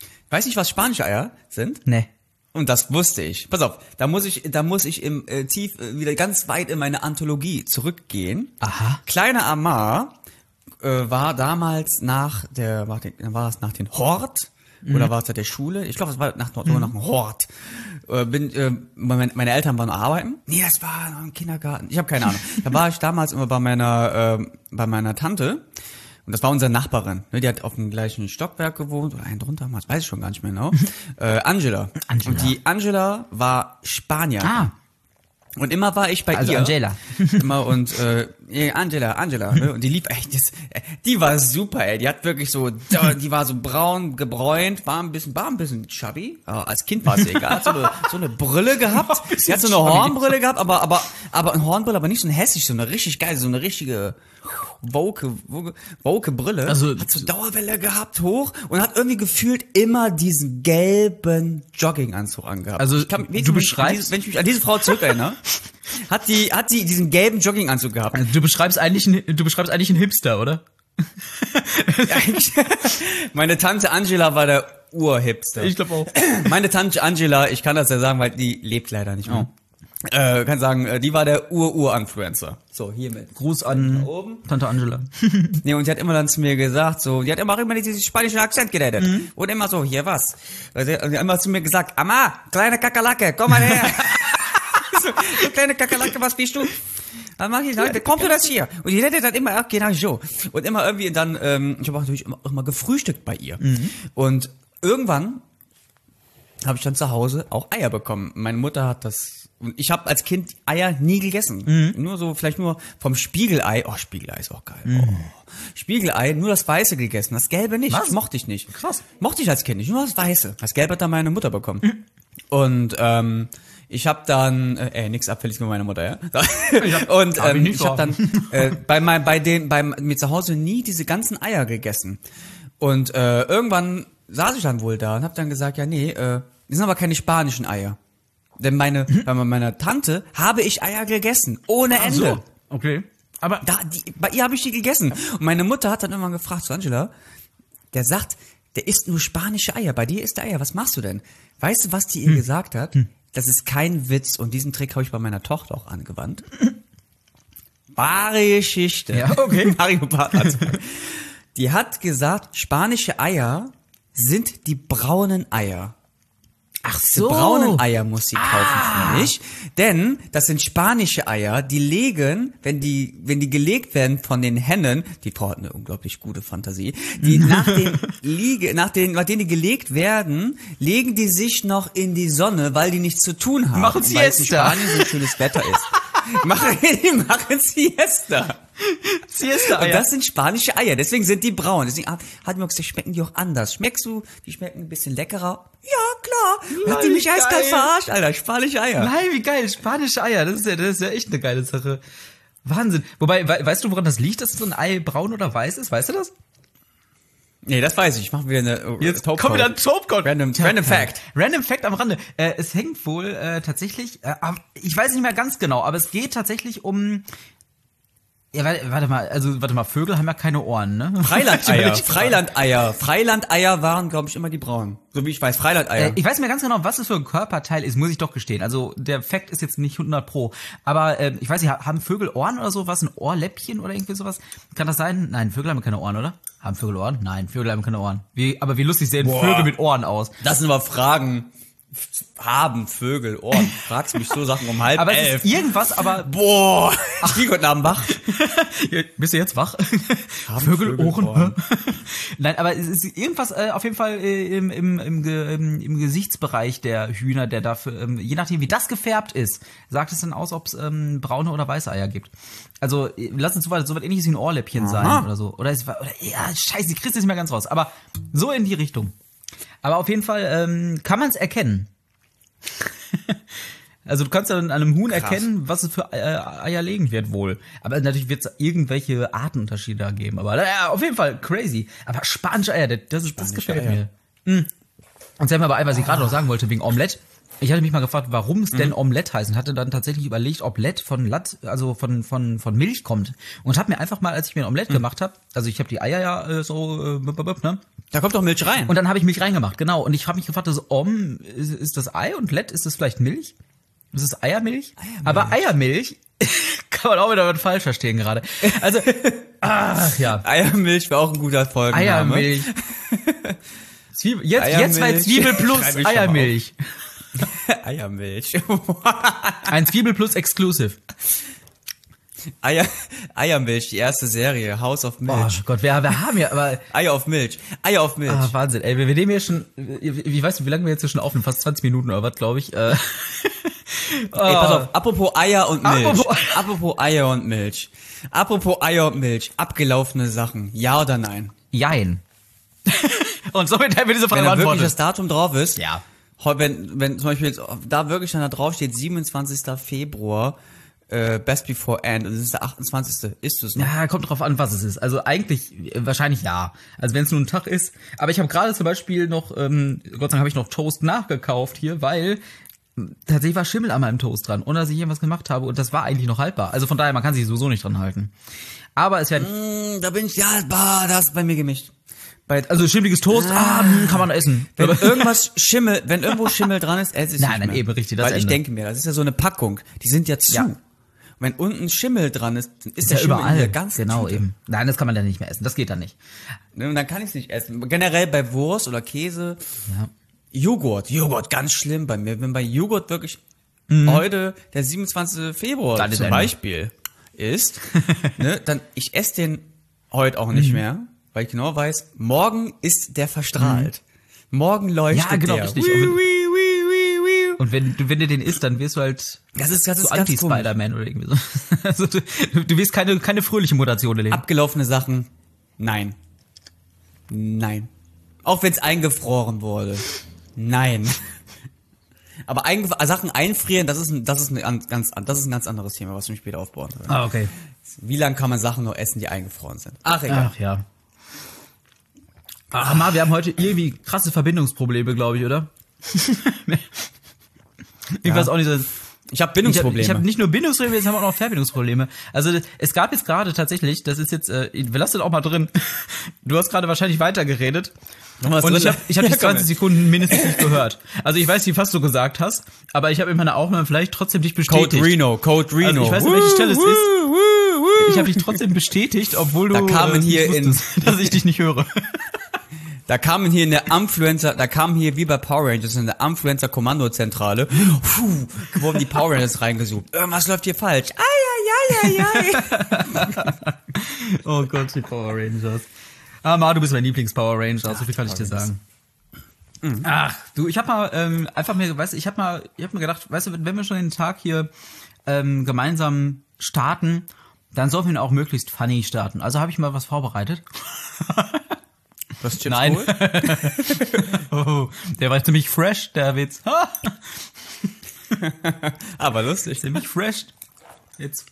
[SPEAKER 3] sein. Weiß nicht, was spanische Eier sind?
[SPEAKER 4] Nee.
[SPEAKER 3] Und das wusste ich. Pass auf, da muss ich, da muss ich im äh, tief äh, wieder ganz weit in meine Anthologie zurückgehen.
[SPEAKER 4] Aha.
[SPEAKER 3] Kleiner Amar äh, war damals nach der, war, den, war es nach den Hort
[SPEAKER 4] Mhm.
[SPEAKER 3] oder war es nach der Schule? Ich glaube, es war nach, mhm. nach dem Hort. Äh, bin, äh, meine, meine Eltern waren arbeiten. Nee, das war im Kindergarten. Ich habe keine Ahnung. da war ich damals immer bei meiner, äh, bei meiner Tante. Und das war unsere Nachbarin. Ne? Die hat auf dem gleichen Stockwerk gewohnt oder einen drunter, das weiß ich schon gar nicht mehr genau. äh, Angela.
[SPEAKER 4] Mhm. Angela.
[SPEAKER 3] Und die Angela war Spanier.
[SPEAKER 4] Ah.
[SPEAKER 3] Und immer war ich bei
[SPEAKER 4] Also
[SPEAKER 3] ihr.
[SPEAKER 4] Angela.
[SPEAKER 3] Immer und äh, ja, Angela, Angela. Ne? Und die lief echt, das, äh, die war super, ey. Die hat wirklich so, die war so braun, gebräunt, war ein bisschen, war ein bisschen chubby. Aber als Kind war es ihr egal. Hat so eine, so eine Brille gehabt. Sie hat so eine
[SPEAKER 4] chubby.
[SPEAKER 3] Hornbrille gehabt, aber aber aber eine Hornbrille, aber nicht so eine hässlich, so eine richtig geile, so eine richtige woke, woke, woke Brille.
[SPEAKER 4] Also-
[SPEAKER 3] hat so Dauerwelle gehabt hoch und hat irgendwie gefühlt immer diesen gelben Jogginganzug angehabt.
[SPEAKER 4] Also,
[SPEAKER 3] Ich kann-
[SPEAKER 4] du
[SPEAKER 3] wenn ich mich an
[SPEAKER 4] beschreibst-
[SPEAKER 3] diese- wenn ich mich an diese Frau zurückerinnere, hat die, hat die diesen gelben Jogginganzug gehabt.
[SPEAKER 4] Also Du beschreibst eigentlich, einen- du beschreibst eigentlich einen Hipster, oder?
[SPEAKER 3] Eigentlich- Meine Tante Angela war der Urhipster.
[SPEAKER 4] Ich glaube auch.
[SPEAKER 3] Meine Tante Angela, ich kann das ja sagen, weil die lebt leider nicht
[SPEAKER 4] Mhm.
[SPEAKER 3] mehr. Äh, kann sagen, äh, die war der Ur-Ur-Influencer. So, hiermit.
[SPEAKER 4] Gruß an Tante Angela.
[SPEAKER 3] Nee, und die hat immer dann zu mir gesagt, so, die hat immer auch immer diesen spanischen Akzent geredet. Und immer so, hier was. Und die hat immer zu mir gesagt, Amma, kleine Kakerlake, komm mal her. so, du kleine Kakerlake, was bist du? Dann mach ich heute, kommst du das hier? Und die redet dann immer auch genau so. Und immer irgendwie dann, ähm, ich habe natürlich immer, auch immer gefrühstückt bei ihr. Und irgendwann habe ich dann zu Hause auch Eier bekommen. Meine Mutter hat das. Und ich habe als Kind Eier nie gegessen.
[SPEAKER 4] Mhm.
[SPEAKER 3] Nur so, vielleicht nur vom Spiegelei. Oh, Spiegelei ist auch geil. Oh. Spiegelei, nur das Weiße gegessen. Das Gelbe nicht.
[SPEAKER 4] Was?
[SPEAKER 3] Das mochte ich nicht.
[SPEAKER 4] Krass.
[SPEAKER 3] Mochte ich als Kind nicht. Nur das Weiße. Das Gelbe hat dann meine Mutter bekommen.
[SPEAKER 4] Mhm.
[SPEAKER 3] Und ähm, ich habe dann, äh, ey, nix abfällig mit meiner Mutter, ja. Und
[SPEAKER 4] hab ich
[SPEAKER 3] ähm,
[SPEAKER 4] nicht
[SPEAKER 3] ich habe dann äh, bei mein, bei den, beim mir zu Hause nie diese ganzen Eier gegessen. Und äh, irgendwann saß ich dann wohl da und habe dann gesagt, ja nee, äh, das sind aber keine spanischen Eier, denn meine, bei meiner Tante habe ich Eier gegessen ohne Ende.
[SPEAKER 4] Okay. Aber
[SPEAKER 3] Da, die, bei ihr habe ich die gegessen. Und meine Mutter hat dann irgendwann gefragt, so Angela, der sagt, der isst nur spanische Eier. Bei dir isst er Eier. Was machst du denn? Weißt du, was die ihr
[SPEAKER 4] Hm.
[SPEAKER 3] gesagt hat? Das ist kein Witz. Und diesen Trick habe ich bei meiner Tochter auch angewandt. Wahre Geschichte.
[SPEAKER 4] Ja, okay.
[SPEAKER 3] Mario Barth hat's. Die hat gesagt, spanische Eier sind die braunen Eier.
[SPEAKER 4] ach Ah.
[SPEAKER 3] Die braunen Eier muss sie kaufen, finde ich. Denn das sind spanische Eier, die legen, wenn die, wenn die gelegt werden von den Hennen, die Frau hat eine unglaublich gute Fantasie, die nach den Liege, nach den, nachdem die gelegt werden, legen die sich noch in die Sonne, weil die nichts zu tun haben.
[SPEAKER 4] Machen
[SPEAKER 3] Und weil es in
[SPEAKER 4] Siesta.
[SPEAKER 3] Spanien so schönes Wetter ist. machen, die machen Siesta.
[SPEAKER 4] Siesta
[SPEAKER 3] Und das sind spanische Eier, deswegen sind die braun. Deswegen hat hat mir gesagt, schmecken die auch anders. Schmeckst du, die schmecken ein bisschen leckerer? Ja, klar. Hat die
[SPEAKER 4] Nein,
[SPEAKER 3] mich eiskalt
[SPEAKER 4] geil.
[SPEAKER 3] verarscht, Alter. Spanische Eier.
[SPEAKER 4] Nein, wie geil, spanische Eier, das ist ja, das ist ja echt eine geile Sache. Wahnsinn. Wobei, we weißt du, woran das liegt, dass so ein Ei braun oder weiß ist? Weißt du das?
[SPEAKER 3] Nee, das weiß ich. Ich mach wieder eine äh, Taubkopf.
[SPEAKER 4] Topcode.
[SPEAKER 3] Random, random Fact.
[SPEAKER 4] Random Fact am Rande. Äh, es hängt wohl äh, tatsächlich, äh, ab- ich weiß nicht mehr ganz genau, aber es geht tatsächlich um. Ja, warte, warte mal, also warte mal, Vögel haben ja keine Ohren, ne?
[SPEAKER 3] Freilandeier.
[SPEAKER 4] Natürlich.
[SPEAKER 3] Freilandeier. Freilandeier waren, glaube ich, immer die braunen. So wie ich weiß. Freilandeier.
[SPEAKER 4] Äh, ich weiß mir ganz genau, was es für ein Körperteil ist, muss ich doch gestehen. Also der Fact ist jetzt nicht 100 pro. Aber äh, ich weiß nicht, ha- haben Vögel Ohren oder sowas? Ein Ohrläppchen oder irgendwie sowas? Kann das sein? Nein, Vögel haben keine Ohren, oder? Haben Vögel Ohren? Nein, Vögel haben keine Ohren. Wie, aber wie lustig sehen
[SPEAKER 3] Boah.
[SPEAKER 4] Vögel mit Ohren aus.
[SPEAKER 3] das sind aber Fragen. F- Haben, Vögel, Ohren. Fragst mich so Sachen um halb
[SPEAKER 4] Aber es
[SPEAKER 3] elf.
[SPEAKER 4] ist irgendwas, aber...
[SPEAKER 3] Boah. Ich lieg heute Abend wach.
[SPEAKER 4] Bist du jetzt wach?
[SPEAKER 3] Vögel Ohren?
[SPEAKER 4] Nein, aber es ist irgendwas äh, auf jeden Fall äh, im, im, im, Ge- im, im Gesichtsbereich der Hühner, der dafür, ähm, je nachdem wie das gefärbt ist, sagt es dann aus, ob es ähm, braune oder weiße Eier gibt. Also äh, lass uns so weit, so weit ähnliches wie ein Ohrläppchen sein oder so. Oder, es, war- oder ja, scheiße, die kriegst du nicht mehr ganz raus. Aber so in die Richtung. Aber auf jeden Fall ähm, kann man es erkennen. Also du kannst ja an einem Huhn erkennen, was es für Eier, Eier legen wird wohl. Aber natürlich wird es irgendwelche Artenunterschiede da geben. Aber naja, auf jeden Fall crazy. Aber spanische Eier, das, das, ist- das
[SPEAKER 3] Spanische
[SPEAKER 4] gefällt
[SPEAKER 3] Eier.
[SPEAKER 4] mir. Hm. Und sie haben aber ein, was ich gerade noch sagen wollte, wegen Omelette. Ich hatte mich mal gefragt, warum es
[SPEAKER 3] Mhm.
[SPEAKER 4] denn Omelette heißt und hatte dann tatsächlich überlegt, ob Lett von Latt, also von, von, von Milch kommt. Und habe mir einfach mal, als ich mir ein Omelette
[SPEAKER 3] Mhm.
[SPEAKER 4] gemacht habe, also ich habe die Eier ja äh, so, äh, bup, bup, bup, ne?
[SPEAKER 3] Da kommt doch Milch rein.
[SPEAKER 4] Und dann habe ich Milch reingemacht, genau. Und ich habe mich gefragt, das Om ist, ist das Ei und Lett ist das vielleicht Milch? Ist es Eiermilch? Aber Eiermilch kann man auch wieder was falsch verstehen gerade. Also, ach ja.
[SPEAKER 3] Eiermilch war auch ein guter Folgenname.
[SPEAKER 4] Eiermilch. Zwiebel, jetzt, jetzt bei
[SPEAKER 3] Eiermilch.
[SPEAKER 4] Zwiebel
[SPEAKER 3] Ich schreibe
[SPEAKER 4] plus
[SPEAKER 3] mich schon mal auf.
[SPEAKER 4] Eiermilch.
[SPEAKER 3] Eiermilch.
[SPEAKER 4] Ein Zwiebel plus Exclusive.
[SPEAKER 3] Eier, Eiermilch, die erste Serie. House of
[SPEAKER 4] Oh
[SPEAKER 3] Milch.
[SPEAKER 4] Gott, wir, wir haben ja, aber,
[SPEAKER 3] Eier auf Milch. Eier auf Milch.
[SPEAKER 4] ah, Wahnsinn, ey, wir, wir nehmen hier schon, ich weiß nicht, wie lange wir jetzt hier schon aufnehmen, fast 20 Minuten oder was, glaube ich. Äh,
[SPEAKER 3] Ey, pass auf, apropos Eier und Milch.
[SPEAKER 4] Ah. Apropos-
[SPEAKER 3] Apropos, Eier und Milch. Apropos Eier und Milch. Abgelaufene Sachen. Ja oder nein?
[SPEAKER 4] jein. Und somit haben wir diese Frage
[SPEAKER 3] Wenn da wirklich das
[SPEAKER 4] beantwortet.
[SPEAKER 3] Datum drauf ist.
[SPEAKER 4] Ja.
[SPEAKER 3] heu- Wenn, wenn zum Beispiel jetzt da wirklich dann da drauf steht, 27. Februar, äh, Best Before End, und es ist der 28. Ist es noch?
[SPEAKER 4] Ja, Ah, kommt drauf an, was es ist. Also eigentlich äh, wahrscheinlich ja. Also wenn es nur ein Tag ist. Aber ich habe gerade zum Beispiel noch, ähm, Gott sei Dank habe ich noch Toast nachgekauft hier, weil mh, tatsächlich war Schimmel an meinem Toast dran, ohne dass ich irgendwas gemacht habe. Und das war eigentlich noch haltbar. Also von daher, man kann sich sowieso nicht dran halten. Aber es werden,
[SPEAKER 3] Hm, Da bin ich, ja, bah, da ist bei mir gemischt. Bei,
[SPEAKER 4] also schimmeliges Toast, ah, mh, kann man essen.
[SPEAKER 3] Wenn
[SPEAKER 4] Aber-
[SPEAKER 3] irgendwas Schimmel, wenn irgendwo Schimmel dran ist, esse ich
[SPEAKER 4] Nein,
[SPEAKER 3] nicht
[SPEAKER 4] nein,
[SPEAKER 3] mehr.
[SPEAKER 4] eben, richtig, das
[SPEAKER 3] Weil ich
[SPEAKER 4] Ende.
[SPEAKER 3] denke mir, das ist ja so eine Packung. Die sind ja zu.
[SPEAKER 4] Ja.
[SPEAKER 3] Und wenn unten Schimmel dran ist, dann ist,
[SPEAKER 4] ist
[SPEAKER 3] der
[SPEAKER 4] ja
[SPEAKER 3] Schimmel in
[SPEAKER 4] überall.
[SPEAKER 3] der ganzen
[SPEAKER 4] genau,
[SPEAKER 3] Tüte.
[SPEAKER 4] eben. Nein, das kann man dann nicht mehr essen. Das geht dann nicht.
[SPEAKER 3] Ne, Und dann kann ich es nicht essen. Generell bei Wurst oder Käse,
[SPEAKER 4] Ja.
[SPEAKER 3] Joghurt, Joghurt, ganz schlimm bei mir. Wenn bei Joghurt wirklich heute der 27. Februar
[SPEAKER 4] Mhm. Dann ist
[SPEAKER 3] zum
[SPEAKER 4] Ende.
[SPEAKER 3] Beispiel ist, ne, dann ich esse den heute auch
[SPEAKER 4] Mhm.
[SPEAKER 3] nicht mehr, weil ich genau weiß, morgen ist der verstrahlt. Morgen leuchtet
[SPEAKER 4] Mhm. Ja, genau,
[SPEAKER 3] der.
[SPEAKER 4] richtig.
[SPEAKER 3] Wii,
[SPEAKER 4] Und
[SPEAKER 3] wii,
[SPEAKER 4] wenn-
[SPEAKER 3] wii, wii, wii.
[SPEAKER 4] Und wenn, du- wenn du den isst, dann wirst du halt
[SPEAKER 3] Das ist, das
[SPEAKER 4] so
[SPEAKER 3] ist ganz komisch.
[SPEAKER 4] Anti-Spider-Man oder irgendwie so. Also du, du wirst keine, keine fröhliche Mutation erleben.
[SPEAKER 3] Abgelaufene Sachen, nein. Nein. Auch wenn es eingefroren wurde. Nein. Aber eingef Sachen einfrieren, das ist, ein, das, ist ein an- ganz, an- das ist ein ganz anderes Thema, was wir später aufbauen können.
[SPEAKER 4] Ah, okay.
[SPEAKER 3] Wie lange kann man Sachen noch essen, die eingefroren sind? Ach, egal.
[SPEAKER 4] Ach ja. Ach, Mar, wir haben heute irgendwie krasse Verbindungsprobleme, glaube ich, oder? ich weiß auch nicht, das
[SPEAKER 3] Ich habe
[SPEAKER 4] ich habe
[SPEAKER 3] Bindungsprobleme.
[SPEAKER 4] hab nicht nur Bindungsprobleme, jetzt haben wir auch noch Verbindungsprobleme. Also das- es gab jetzt gerade tatsächlich, das ist jetzt, äh, wir lassen das auch mal drin. Du hast gerade wahrscheinlich weitergeredet.
[SPEAKER 3] Haben wir's
[SPEAKER 4] Und
[SPEAKER 3] drin?
[SPEAKER 4] ich habe ich hab
[SPEAKER 3] Ja,
[SPEAKER 4] die
[SPEAKER 3] komm
[SPEAKER 4] 20 Sekunden mindestens nicht gehört. Also ich weiß nicht, was du gesagt hast, aber ich habe in meiner Aufnahme vielleicht trotzdem dich bestätigt.
[SPEAKER 3] Code Reno, Code Reno.
[SPEAKER 4] Also ich weiß nicht, welche Stelle es ist. Ich habe dich trotzdem bestätigt, obwohl du äh,
[SPEAKER 3] Da kamen
[SPEAKER 4] nicht
[SPEAKER 3] hier in-
[SPEAKER 4] wusstest, dass ich dich nicht höre.
[SPEAKER 3] Da kamen hier eine Influencer, da kamen hier wie bei Power Rangers in der Influencer Kommandozentrale, puh, wurden die Power Rangers reingezoomt. Irgendwas läuft hier falsch. Ai, ai, ai, ai, ai.
[SPEAKER 4] Oh Gott, die Power Rangers. Ah, Mar, du bist mein Lieblings-Power Ranger, so viel kann ich dir sagen.
[SPEAKER 3] Mhm.
[SPEAKER 4] Ach, du, ich hab mal ähm, einfach mir, weißt du, ich hab mal, ich hab mir gedacht, weißt du, wenn wir schon den Tag hier ähm, gemeinsam starten, dann sollen wir ihn auch möglichst funny starten. Also habe ich mal was vorbereitet.
[SPEAKER 3] Was Chips
[SPEAKER 4] Nein.
[SPEAKER 3] Nein.
[SPEAKER 4] Oh, der war ziemlich fresh, der Witz. Ha,
[SPEAKER 3] Aber lustig.
[SPEAKER 4] ziemlich fresh. Jetzt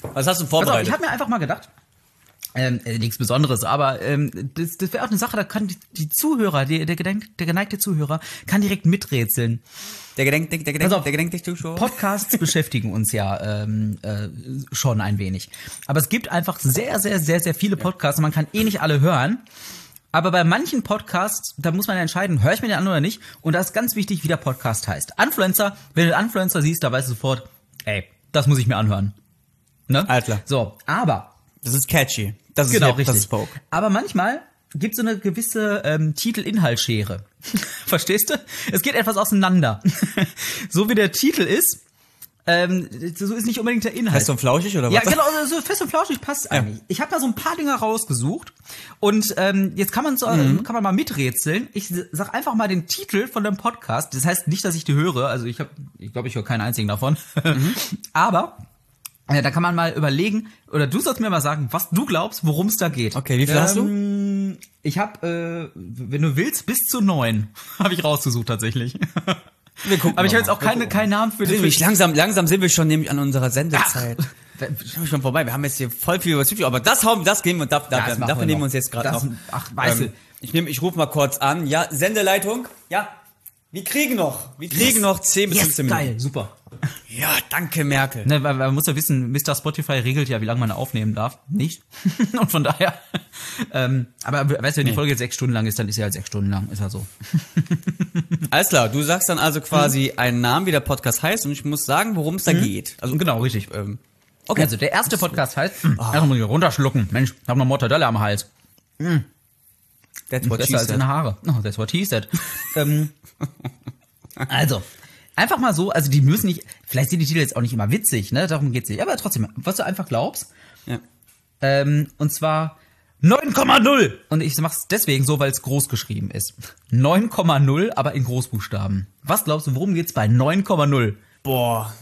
[SPEAKER 3] Was hast du
[SPEAKER 4] Pass auf, Also, ich
[SPEAKER 3] vorbereitet?
[SPEAKER 4] habe mir einfach mal gedacht, ähm, äh, nichts Besonderes, aber ähm, das, das wäre auch eine Sache, da kann die, die Zuhörer, die, der, gedenk, der geneigte Zuhörer, kann direkt miträtseln.
[SPEAKER 3] der gedenkt, der gedenkt,
[SPEAKER 4] Pass auf.
[SPEAKER 3] der gedenkt dich Zuschauer.
[SPEAKER 4] Podcasts beschäftigen uns ja ähm, äh, schon ein wenig. Aber es gibt einfach sehr, sehr, sehr, sehr viele Podcasts und man kann eh nicht alle hören. Aber bei manchen Podcasts, da muss man ja entscheiden, höre ich mir den an oder nicht. Und da ist ganz wichtig, wie der Podcast heißt. Influencer, wenn du Influencer siehst, da weißt du sofort, ey, das muss ich mir anhören. Ne?
[SPEAKER 3] Alles klar.
[SPEAKER 4] So, aber
[SPEAKER 3] Das ist catchy. Das ist
[SPEAKER 4] Genau,
[SPEAKER 3] hip,
[SPEAKER 4] richtig.
[SPEAKER 3] Das ist Pope.
[SPEAKER 4] Aber manchmal gibt es so eine gewisse ähm, Titel-Inhalt-Schere. Verstehst du? Es geht etwas auseinander. so wie der Titel ist, ähm, so ist nicht unbedingt der Inhalt.
[SPEAKER 3] Heißt so flauschig oder
[SPEAKER 4] ja,
[SPEAKER 3] was?
[SPEAKER 4] genau, so fest und flauschig passt eigentlich. Ich habe mal so ein paar Dinger rausgesucht und ähm, jetzt kann man so,
[SPEAKER 3] Mhm.
[SPEAKER 4] kann man mal miträtseln. Ich sag einfach mal den Titel von dem Podcast. Das heißt nicht, dass ich die höre, also ich habe ich glaube, ich höre keinen einzigen davon.
[SPEAKER 3] Mhm.
[SPEAKER 4] Aber äh, da kann man mal überlegen oder du sollst mir mal sagen, was du glaubst, worum es da geht.
[SPEAKER 3] Okay, wie viel hast du?
[SPEAKER 4] Ähm, Ich habe, äh, wenn du willst, bis zu neun habe ich rausgesucht tatsächlich.
[SPEAKER 3] Wir gucken
[SPEAKER 4] Aber ich habe
[SPEAKER 3] mal.
[SPEAKER 4] jetzt auch keine, keinen Namen für
[SPEAKER 3] Nämlich langsam, langsam sind wir schon nämlich an unserer Sendezeit.
[SPEAKER 4] Da-
[SPEAKER 3] Sind wir schon vorbei. Wir haben jetzt hier voll viel über Psycho, aber das haben, das geben wir, da, da,
[SPEAKER 4] Das machen
[SPEAKER 3] dafür
[SPEAKER 4] wir
[SPEAKER 3] nehmen wir
[SPEAKER 4] noch.
[SPEAKER 3] uns jetzt gerade
[SPEAKER 4] Das-
[SPEAKER 3] noch. Ähm,
[SPEAKER 4] ach, weißt du.
[SPEAKER 3] Ich nehme, ich rufe mal kurz an. Ja, Sendeleitung. Ja. Wir kriegen noch. Wir kriegen noch 10 bis
[SPEAKER 4] Yes,
[SPEAKER 3] 15 Minuten.
[SPEAKER 4] geil, super.
[SPEAKER 3] Ja, danke Merkel.
[SPEAKER 4] Ne, weil, weil man muss ja wissen, Mr. Spotify regelt ja, wie lange man aufnehmen darf. Nicht. Und von daher. Ähm, aber weißt du, wenn die Folge jetzt sechs Stunden lang ist, dann ist sie halt sechs Stunden lang. Ist halt so.
[SPEAKER 3] Alles klar, du sagst dann also quasi
[SPEAKER 4] Mhm.
[SPEAKER 3] einen Namen, wie der Podcast heißt und ich muss sagen, worum es da geht. Also,
[SPEAKER 4] Also genau, richtig. Ah.
[SPEAKER 3] ähm,
[SPEAKER 4] Okay, also der erste Podcast heißt, erstmal muss ich runterschlucken. Mensch, ich hab noch Mortadella am Hals.
[SPEAKER 3] that's what she
[SPEAKER 4] Besser als
[SPEAKER 3] said.
[SPEAKER 4] in Haare. Oh, that's what he said. ähm, also, einfach mal so, also die müssen nicht, vielleicht sind die Titel jetzt auch nicht immer witzig, ne? Darum geht's nicht. Aber trotzdem, was du einfach glaubst.
[SPEAKER 3] Ja.
[SPEAKER 4] Ähm, und zwar 9,0! Und ich mach's deswegen so, weil es groß geschrieben ist. 9,0, aber in Großbuchstaben. Was glaubst du, worum geht's bei 9,0?
[SPEAKER 3] Boah.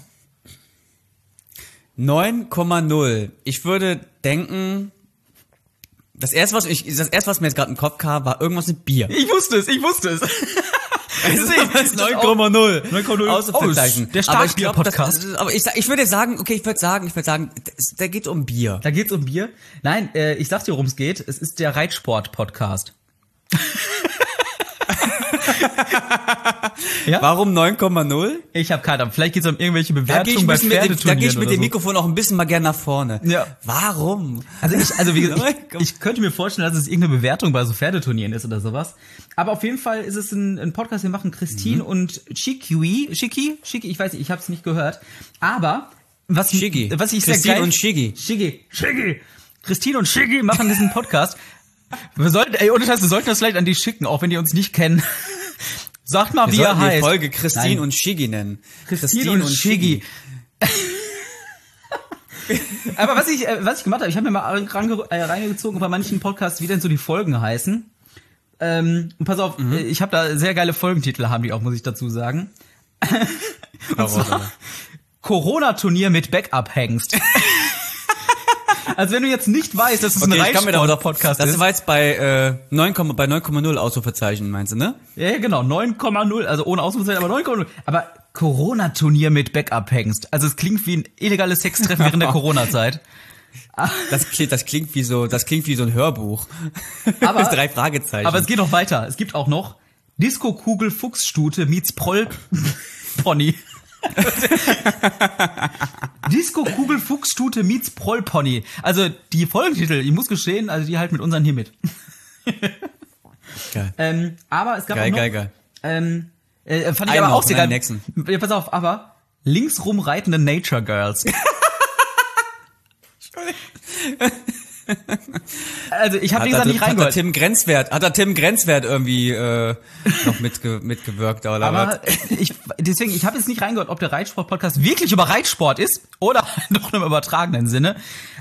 [SPEAKER 3] 9,0. Ich würde denken, das erste, was ich, das erste, was mir jetzt gerade in den Kopf kam, war irgendwas mit Bier.
[SPEAKER 4] Ich wusste es, ich wusste es. Deswegen,
[SPEAKER 3] Das ist
[SPEAKER 4] das auch-
[SPEAKER 3] 9,0.
[SPEAKER 4] 9,0.
[SPEAKER 3] Ausrufezeichen.
[SPEAKER 4] Oh, ist der
[SPEAKER 3] Aber ich glaub,
[SPEAKER 4] Starkbier-Podcast.
[SPEAKER 3] das- Aber ich, sag- ich würde sagen, okay, ich würde sagen, ich würde sagen, das- da geht um Bier.
[SPEAKER 4] Da geht's um Bier. Nein, äh, ich sag dir, worum es geht. Es ist der Reitsport-Podcast.
[SPEAKER 3] Warum 9,0?
[SPEAKER 4] Ich habe keine Ahnung. Vielleicht geht's um irgendwelche
[SPEAKER 3] Da gehe ich,
[SPEAKER 4] Bewertungen
[SPEAKER 3] ein
[SPEAKER 4] bei
[SPEAKER 3] bisschen mit dem- da
[SPEAKER 4] Pferdeturnieren
[SPEAKER 3] geh ich mit
[SPEAKER 4] oder
[SPEAKER 3] dem
[SPEAKER 4] so.
[SPEAKER 3] Mikrofon auch ein bisschen mal gern nach vorne.
[SPEAKER 4] Ja.
[SPEAKER 3] Warum?
[SPEAKER 4] Also ich, also wie gesagt, ich,
[SPEAKER 3] 9,0.
[SPEAKER 4] ich könnte mir vorstellen, dass es irgendeine Bewertung bei so Pferdeturnieren ist oder sowas. Aber auf jeden Fall ist es ein, ein Podcast, den machen Christine
[SPEAKER 3] Mhm.
[SPEAKER 4] und Chikiwi, Chiki, Chiki, ich weiß nicht, ich habe es nicht gehört. Aber was
[SPEAKER 3] Chigi.
[SPEAKER 4] was ich
[SPEAKER 3] Christine
[SPEAKER 4] sehr geil,
[SPEAKER 3] und Chigi.
[SPEAKER 4] Chigi, Chigi, Christine und Chigi machen diesen Podcast. wir sollten, ey, ohne Scheiß, wir sollten das vielleicht an die schicken, auch wenn die uns nicht kennen. Sagt mal,
[SPEAKER 3] Wir
[SPEAKER 4] wie er
[SPEAKER 3] sollten die
[SPEAKER 4] heißt.
[SPEAKER 3] Folge Christine
[SPEAKER 4] Nein.
[SPEAKER 3] und Shiggy nennen.
[SPEAKER 4] Christine, und, Shiggy. Aber was ich, äh, was ich gemacht habe, ich habe mir mal range, äh, reingezogen bei manchen Podcasts, wie denn so die Folgen heißen. Ähm, und pass auf,
[SPEAKER 3] Mhm.
[SPEAKER 4] äh, ich habe da sehr geile Folgentitel, haben die auch, muss ich dazu sagen. und zwar Corona-Turnier mit Backup-Hengst. also wenn du jetzt nicht weißt, dass es ein
[SPEAKER 3] Okay, ich kann mir da auch
[SPEAKER 4] Reitsport-Podcast
[SPEAKER 3] Das
[SPEAKER 4] ist.
[SPEAKER 3] war jetzt bei äh, 9, bei 9,0 Ausrufezeichen, meinst du, ne?
[SPEAKER 4] Ja, ja, genau, 9,0, also ohne Ausrufezeichen, aber 9,0. Aber Corona-Turnier mit Backup-Hengst. Also es klingt wie ein illegales Sextreffen während der Corona-Zeit.
[SPEAKER 3] Das klingt, das klingt wie so, das klingt wie so ein Hörbuch.
[SPEAKER 4] Aber-
[SPEAKER 3] drei Fragezeichen.
[SPEAKER 4] Aber es geht noch weiter. Es gibt auch noch Disco-Kugel-Fuchsstute meets Proll-Pony. Disco-Kugel-Fuchsstute meets Proll-Pony. Also die Folgentitel, ich muss geschehen, also die halt mit unseren hier mit.
[SPEAKER 3] Geil.
[SPEAKER 4] Ähm, aber es gab
[SPEAKER 3] Geil,
[SPEAKER 4] auch noch,
[SPEAKER 3] geil, geil.
[SPEAKER 4] Ähm, äh, fand ich
[SPEAKER 3] Einen
[SPEAKER 4] aber auch
[SPEAKER 3] noch,
[SPEAKER 4] sehr
[SPEAKER 3] nein,
[SPEAKER 4] geil.
[SPEAKER 3] nächsten.
[SPEAKER 4] Ja, pass auf, aber linksrum reitende Nature Girls. also ich habe
[SPEAKER 3] Hat
[SPEAKER 4] die
[SPEAKER 3] da,
[SPEAKER 4] gesagt nicht
[SPEAKER 3] hat da
[SPEAKER 4] reingehört.
[SPEAKER 3] Tim Grenzwert, hat da Tim Grenzwert irgendwie äh, noch mitge mitgewirkt oder
[SPEAKER 4] Aber ich, deswegen, ich habe jetzt nicht reingehört, ob der Reitsport-Podcast wirklich über Reitsport ist oder doch nur im übertragenen Sinne.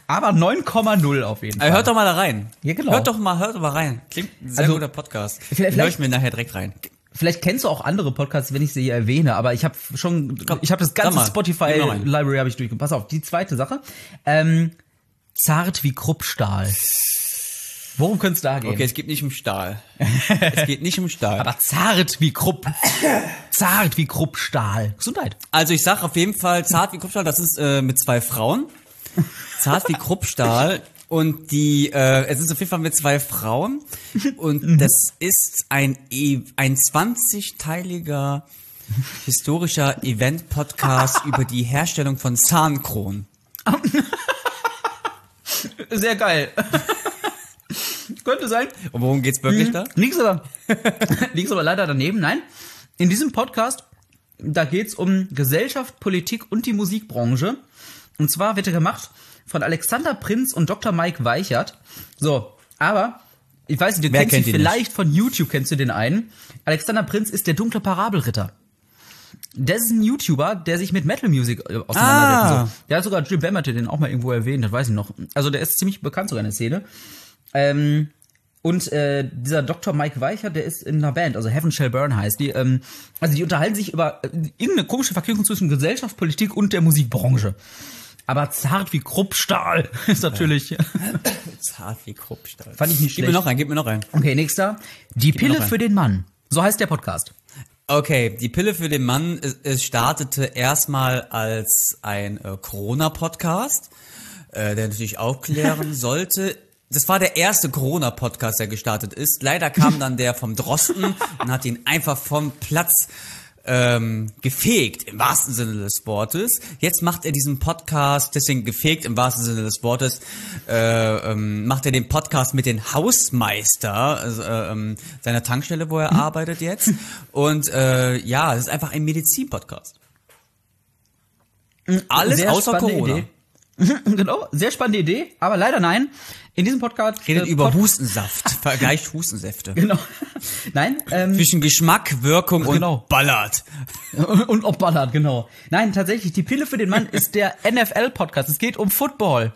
[SPEAKER 4] Aber 9,0 auf jeden
[SPEAKER 3] was?
[SPEAKER 4] Fall.
[SPEAKER 3] Äh, hört doch mal da rein.
[SPEAKER 4] Ja, genau.
[SPEAKER 3] Hört doch mal, hört doch mal rein. Klingt ein sehr
[SPEAKER 4] Also,
[SPEAKER 3] guter Podcast.
[SPEAKER 4] vielleicht-
[SPEAKER 3] Hör ich mir nachher direkt rein.
[SPEAKER 4] Vielleicht kennst du auch andere Podcasts, wenn ich sie hier erwähne, aber ich habe schon, ich habe das
[SPEAKER 3] sag
[SPEAKER 4] ganze
[SPEAKER 3] mal, gib mir noch einen.
[SPEAKER 4] Spotify-Library habe ich durchgekommen. Pass auf, die zweite Sache. Ähm, zart wie Kruppstahl. Worum könnte es da gehen?
[SPEAKER 3] Okay, es geht nicht um Stahl. es geht nicht um Stahl.
[SPEAKER 4] Aber zart wie Krupp. zart wie Kruppstahl. Gesundheit.
[SPEAKER 3] Also ich sag auf jeden Fall zart wie Kruppstahl, das ist äh, mit zwei Frauen. Zart wie Kruppstahl und die äh, es ist auf jeden Fall mit zwei Frauen und
[SPEAKER 4] Mhm.
[SPEAKER 3] das ist ein e ein 20-teiliger historischer Event Podcast über die Herstellung von Zahnkronen.
[SPEAKER 4] Sehr geil. könnte sein.
[SPEAKER 3] Und worum geht's wirklich da?
[SPEAKER 4] Liegst aber, liegst aber leider daneben. Nein, in diesem Podcast, da geht's um Gesellschaft, Politik und die Musikbranche. Und zwar wird er gemacht von Alexander Prinz und Dr. Mike Weichert. So, aber ich weiß nicht, du
[SPEAKER 3] Wer
[SPEAKER 4] kennst
[SPEAKER 3] kennt
[SPEAKER 4] ihn
[SPEAKER 3] ihn nicht?
[SPEAKER 4] vielleicht von YouTube, kennst du den einen. Alexander Prinz ist der dunkle Parabelritter. Das ist ein YouTuber, der sich mit Metal Music äh, auseinandersetzt.
[SPEAKER 3] Ah.
[SPEAKER 4] So. Der hat sogar Jim Bamerte den auch mal irgendwo erwähnt, das weiß ich noch. Also der ist ziemlich bekannt sogar in der Szene. Ähm, und äh, dieser Dr. Mike Weichert, der ist in einer Band, also Heaven Shall Burn heißt die. Ähm, also die unterhalten sich über äh, irgendeine komische Verquickung zwischen Gesellschaft, Politik und der Musikbranche. Aber zart wie Kruppstahl ist natürlich.
[SPEAKER 3] Zart wie Kruppstahl.
[SPEAKER 4] Fand ich nicht
[SPEAKER 3] gib
[SPEAKER 4] schlecht.
[SPEAKER 3] mir noch einen, gib mir noch einen.
[SPEAKER 4] Okay, nächster. Die
[SPEAKER 3] mir
[SPEAKER 4] Pille
[SPEAKER 3] noch ein.
[SPEAKER 4] für den Mann. So heißt der Podcast.
[SPEAKER 3] Okay, die Pille für den Mann, es, es startete erstmal als ein äh, Corona-Podcast, äh, der natürlich aufklären sollte. Das war der erste Corona-Podcast, der gestartet ist. Leider kam dann der vom Drosten und hat ihn einfach vom Platz ähm, gefegt, im wahrsten Sinne des Wortes. Jetzt macht er diesen Podcast, deswegen gefegt im wahrsten Sinne des Wortes, äh, ähm, macht er den Podcast mit dem Hausmeister also, äh, ähm, seiner Tankstelle, wo er
[SPEAKER 4] Mhm.
[SPEAKER 3] arbeitet jetzt. Und äh, ja, es ist einfach ein Medizin-Podcast. Alles
[SPEAKER 4] Mhm. Sehr
[SPEAKER 3] außer
[SPEAKER 4] spannende
[SPEAKER 3] Corona.
[SPEAKER 4] Idee. genau, sehr spannende Idee, aber leider nein. In diesem Podcast
[SPEAKER 3] Redet
[SPEAKER 4] äh,
[SPEAKER 3] über
[SPEAKER 4] Pod-
[SPEAKER 3] Hustensaft, vergleicht Hustensäfte.
[SPEAKER 4] Genau. nein, ähm,
[SPEAKER 3] Zwischen Geschmack, Wirkung und
[SPEAKER 4] genau.
[SPEAKER 3] ballert.
[SPEAKER 4] und ob ballert, genau. Nein, tatsächlich, die Pille für den Mann ist der NFL-Podcast. Es geht um Football.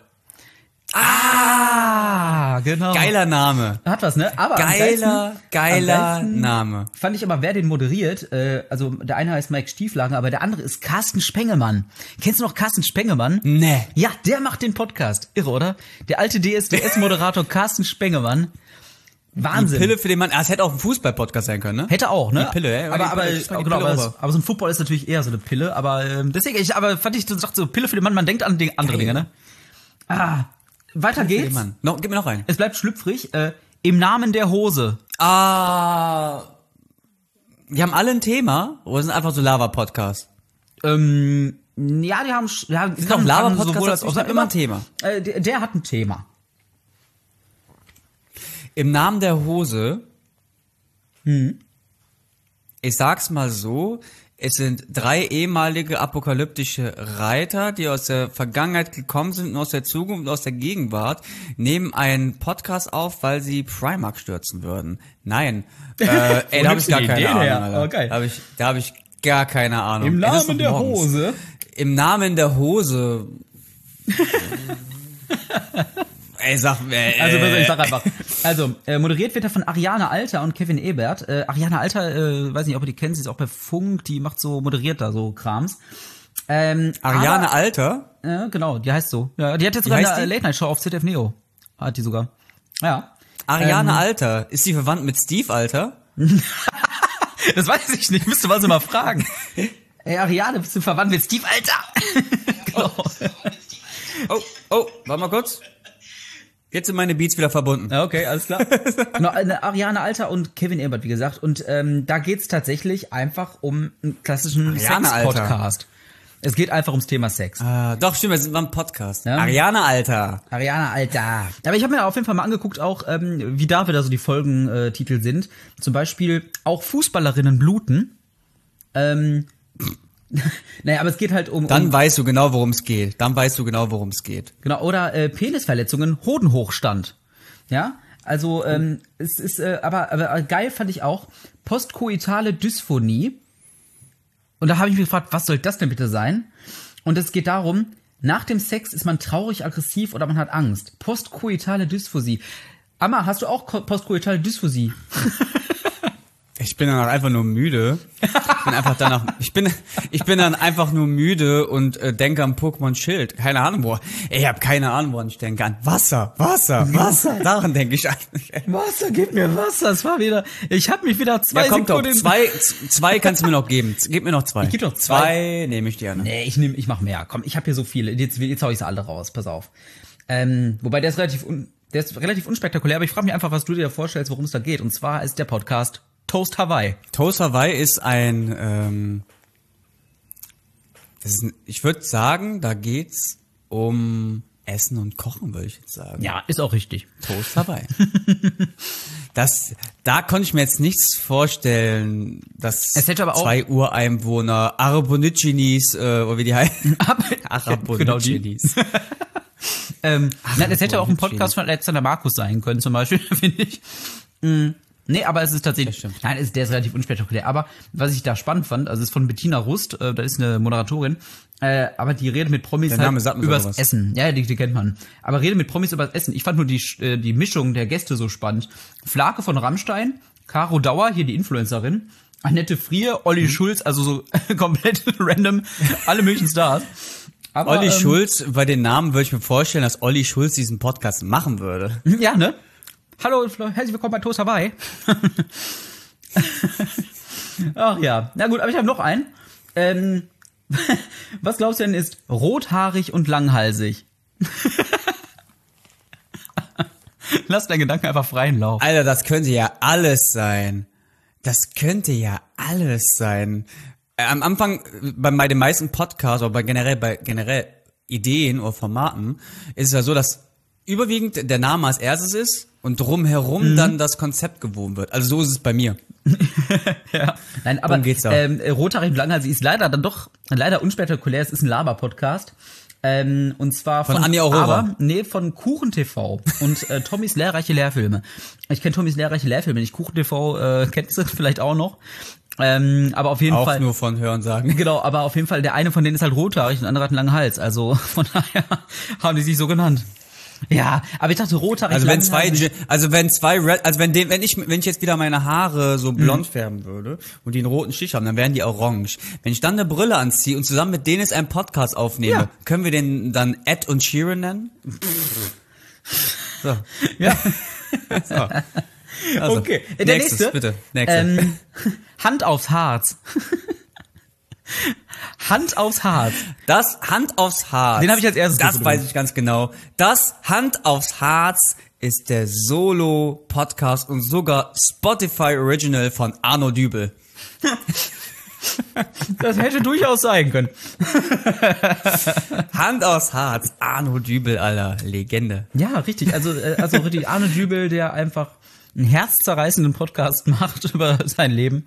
[SPEAKER 4] Ah, genau.
[SPEAKER 3] Geiler Name.
[SPEAKER 4] Hat was, ne? Aber am
[SPEAKER 3] Geiler,
[SPEAKER 4] geilsten- am
[SPEAKER 3] geiler
[SPEAKER 4] geilsten
[SPEAKER 3] Name.
[SPEAKER 4] Fand ich aber, wer den moderiert, äh, also der eine heißt Mike Stieflagen, aber der andere ist Carsten Spengemann. Kennst du noch Carsten Spengemann?
[SPEAKER 3] Nee.
[SPEAKER 4] Ja, der macht den Podcast. Irre, oder? Der alte DSDS-Moderator Carsten Spengemann. Wahnsinn.
[SPEAKER 3] Pille für den Mann. Ah, es hätte auch ein Fußball-Podcast sein können, ne?
[SPEAKER 4] Hätte auch, ne?
[SPEAKER 3] Die Pille, ja,
[SPEAKER 4] Aber,
[SPEAKER 3] die
[SPEAKER 4] aber,
[SPEAKER 3] Pille, die
[SPEAKER 4] genau,
[SPEAKER 3] Pille
[SPEAKER 4] aber,
[SPEAKER 3] rüber.
[SPEAKER 4] aber so ein Football ist natürlich eher so eine Pille, aber ähm, deswegen, ich, aber fand ich, du sagst so, Pille für den Mann, man denkt an die andere
[SPEAKER 3] Geil.
[SPEAKER 4] Dinge, ne? Ah, weiter
[SPEAKER 3] Für den
[SPEAKER 4] geht's.
[SPEAKER 3] Mann. Noch, gib mir noch einen.
[SPEAKER 4] Es bleibt schlüpfrig. Äh, Im Namen der Hose.
[SPEAKER 3] Ah. Die haben alle ein Thema oder sind einfach so Lava-Podcasts?
[SPEAKER 4] Ähm, ja, die haben, sch- ja, die
[SPEAKER 3] doch
[SPEAKER 4] haben-
[SPEAKER 3] Lava-
[SPEAKER 4] haben
[SPEAKER 3] Podcasts
[SPEAKER 4] sowohl als
[SPEAKER 3] dazwischen,
[SPEAKER 4] auch-
[SPEAKER 3] hat immer ein Thema.
[SPEAKER 4] Äh, der, der hat ein Thema.
[SPEAKER 3] Im Namen der Hose. Hm.
[SPEAKER 4] Hm.
[SPEAKER 3] Ich sag's mal so. Es sind drei ehemalige apokalyptische Reiter, die aus der Vergangenheit gekommen sind und aus der Zukunft und aus der Gegenwart, nehmen einen Podcast auf, weil sie Primark stürzen würden. Nein. Äh, ey, da habe ich
[SPEAKER 4] nimmst du
[SPEAKER 3] gar
[SPEAKER 4] die
[SPEAKER 3] keine
[SPEAKER 4] Ideen
[SPEAKER 3] Ahnung.
[SPEAKER 4] her?
[SPEAKER 3] Alter.
[SPEAKER 4] Oh, geil.
[SPEAKER 3] Da habe ich, da hab ich gar keine Ahnung.
[SPEAKER 4] Im
[SPEAKER 3] Ey, das ist
[SPEAKER 4] Namen
[SPEAKER 3] noch
[SPEAKER 4] der
[SPEAKER 3] morgens.
[SPEAKER 4] Hose.
[SPEAKER 3] Im Namen der Hose. ey, sag mir. Ey,
[SPEAKER 4] Also pass auf, ich sag einfach. Also, äh, moderiert wird er von Ariane Alter und Kevin Ebert. Äh, Ariane Alter, äh, weiß nicht, ob ihr die kennt, sie ist auch bei Funk, die macht so, moderiert da so Krams. Ähm,
[SPEAKER 3] Ariane Alter?
[SPEAKER 4] Äh, genau, die heißt so. Ja, die hat jetzt sogar
[SPEAKER 3] heißt
[SPEAKER 4] eine
[SPEAKER 3] die?
[SPEAKER 4] Late-Night-Show auf ZDF Neo. Hat die sogar. Ja. Ähm,
[SPEAKER 3] Ariane Alter, ist sie verwandt mit Steve Alter?
[SPEAKER 4] Das weiß ich nicht, müsste man so mal fragen. Ey, Ariane, bist du verwandt mit Steve Alter? genau.
[SPEAKER 3] Oh, oh, warte mal kurz. Jetzt sind meine Beats wieder verbunden.
[SPEAKER 4] Ja, Okay, alles klar. genau, eine Ariane Alter und Kevin Ebert, wie gesagt. Und ähm, da geht's tatsächlich einfach um einen klassischen
[SPEAKER 3] Ariane Alter.
[SPEAKER 4] Sex-Podcast. Es geht einfach ums Thema Sex.
[SPEAKER 3] Ah, doch, stimmt, wir sind beim Podcast.
[SPEAKER 4] Ja.
[SPEAKER 3] Ariane Alter.
[SPEAKER 4] Ariana, Alter. Aber ich habe mir auf jeden Fall mal angeguckt, auch ähm, wie da wieder so die Folgentitel sind. Zum Beispiel auch Fußballerinnen bluten. Ähm, naja, aber es geht halt um,
[SPEAKER 3] Dann
[SPEAKER 4] um
[SPEAKER 3] weißt du genau, worum es geht. Dann weißt du genau, worum es geht.
[SPEAKER 4] genau oder äh, Penisverletzungen, Hodenhochstand. Ja,
[SPEAKER 3] Hm.
[SPEAKER 4] also ähm, es ist äh, aber, aber geil fand ich auch postkoitale Dysphonie. Und da habe ich mich gefragt, was soll das denn bitte sein? Und es geht darum, nach dem Sex ist man traurig, aggressiv oder man hat Angst. Postkoitale Dysphosie. Amma, hast du auch ko- postkoitale Dysphosie?
[SPEAKER 3] Ich bin danach einfach nur müde. Ich bin einfach danach, ich bin, ich bin dann einfach nur müde und äh, denke an Pokémon Schild. Keine Ahnung, wo. Ey, ich habe keine Ahnung, woran ich denke. An Wasser, Wasser, Wasser. Daran denke ich eigentlich.
[SPEAKER 4] Wasser, gib mir Wasser. Das war wieder. Ich habe mich wieder zwei
[SPEAKER 3] Ja, kommt doch.
[SPEAKER 4] Sekunden.
[SPEAKER 3] Zwei, z- zwei kannst du mir noch geben. Z- Gib mir noch zwei. Ich
[SPEAKER 4] geb doch
[SPEAKER 3] zwei. nehme ich dir. Ne?
[SPEAKER 4] Nee, Äh, ich nehme, ich mach mehr. Komm, ich habe hier so viele. Jetzt, jetzt hau ich sie alle raus. Pass auf. Ähm, wobei der ist relativ, un, der ist relativ unspektakulär. Aber ich frage mich einfach, was du dir vorstellst, worum es da geht. Und zwar ist der Podcast Toast Hawaii.
[SPEAKER 3] Toast Hawaii ist ein, ähm, das ist ein ich würde sagen, da geht's um Essen und Kochen, würde ich jetzt sagen.
[SPEAKER 4] Ja, ist auch richtig.
[SPEAKER 3] Toast Hawaii. das, da konnte ich mir jetzt nichts vorstellen, dass
[SPEAKER 4] Es hätte aber auch-
[SPEAKER 3] zwei Ureinwohner, Arabonicinis, äh, oder wie die heißen.
[SPEAKER 4] Genau die. Ähm, na, das hätte auch ein
[SPEAKER 3] Bullshit.
[SPEAKER 4] Podcast von Alexander Markus sein können, zum Beispiel, finde ich. Mm, nee, aber es ist tatsächlich.
[SPEAKER 3] Das stimmt.
[SPEAKER 4] Nein, es, der ist relativ unspektakulär. Aber was ich da spannend fand, also es ist von Bettina Rust, äh, da ist eine Moderatorin, äh, aber die redet mit Promis halt
[SPEAKER 3] Der Name sagt mir
[SPEAKER 4] übers
[SPEAKER 3] sogar was.
[SPEAKER 4] Essen. Ja, ja, die, die kennt man. Aber redet mit Promis übers Essen. Ich fand nur die, Sch- äh, die Mischung der Gäste so spannend. Flake von Rammstein, Caro Dauer, hier die Influencerin, Annette Frier,
[SPEAKER 3] Mhm.
[SPEAKER 4] Olli Schulz, also so komplett random, alle möglichen Stars. Aber,
[SPEAKER 3] Olli
[SPEAKER 4] ähm,
[SPEAKER 3] Schulz, bei den Namen würde ich mir vorstellen, dass Olli Schulz diesen Podcast machen würde.
[SPEAKER 4] Ja, ne? Hallo, Flo- herzlich willkommen bei Toast Hawaii. Ach ja. Na gut, aber ich habe noch einen. Ähm, was glaubst du denn ist rothaarig und langhalsig? Lass deinen Gedanken einfach freien Lauf.
[SPEAKER 3] Alter, das könnte ja alles sein. Das könnte ja alles sein. Äh, Am Anfang, äh, bei, bei den meisten Podcasts oder bei generell, bei generell Ideen oder Formaten, ist es ja so, dass überwiegend der Name als erstes ist und drumherum
[SPEAKER 4] Mhm.
[SPEAKER 3] dann das Konzept gewoben wird. Also so ist es bei mir.
[SPEAKER 4] Nein, aber
[SPEAKER 3] geht's da.
[SPEAKER 4] ähm, rothaarig und langhalsig ist leider dann doch leider unspektakulär. Es ist ein Laber-Podcast. Ähm, und zwar
[SPEAKER 3] Von Anja Aurora.
[SPEAKER 4] Aber, nee, von Kuchen TV und äh, Tommys lehrreiche Lehrfilme. Ich kenne Tommys lehrreiche Lehrfilme nicht. Kuchen TV äh, kennst du vielleicht auch noch. Ähm, aber auf jeden
[SPEAKER 3] Auch
[SPEAKER 4] Fall.
[SPEAKER 3] nur von Hören sagen.
[SPEAKER 4] Genau, aber auf jeden Fall, der eine von denen ist halt rothaarig und der andere hat einen langen Hals. Also von daher haben die sich so genannt. Ja, aber ich dachte rothaarig.
[SPEAKER 3] Also wenn zwei, Ge-
[SPEAKER 4] langhalsig-
[SPEAKER 3] also wenn zwei Red, also wenn den, wenn ich, wenn ich jetzt wieder meine Haare
[SPEAKER 4] Mhm.
[SPEAKER 3] so blond färben würde und die einen roten Stich haben, dann wären die orange. Wenn ich dann eine Brille anziehe und zusammen mit denen jetzt einen Podcast aufnehme,
[SPEAKER 4] Ja.
[SPEAKER 3] können wir den dann Ed und Sheeran nennen? So.
[SPEAKER 4] Ja.
[SPEAKER 3] so. Also,
[SPEAKER 4] okay, äh, der
[SPEAKER 3] nächstes,
[SPEAKER 4] nächste.
[SPEAKER 3] bitte. Nächste.
[SPEAKER 4] Ähm, Hand aufs Harz. Hand aufs Harz.
[SPEAKER 3] Das Hand aufs Harz.
[SPEAKER 4] Den hab ich als erstes
[SPEAKER 3] Das
[SPEAKER 4] gefunden.
[SPEAKER 3] weiß ich ganz genau. Das Hand aufs Harz ist der Solo-Podcast und sogar Spotify Original von Arno Dübel.
[SPEAKER 4] Das hätte durchaus sein können.
[SPEAKER 3] Hand aufs Harz. Arno Dübel, Alter. Legende.
[SPEAKER 4] Ja, richtig. Also, äh, also richtig, Arne Dübel, der einfach einen herzzerreißenden Podcast macht über sein Leben.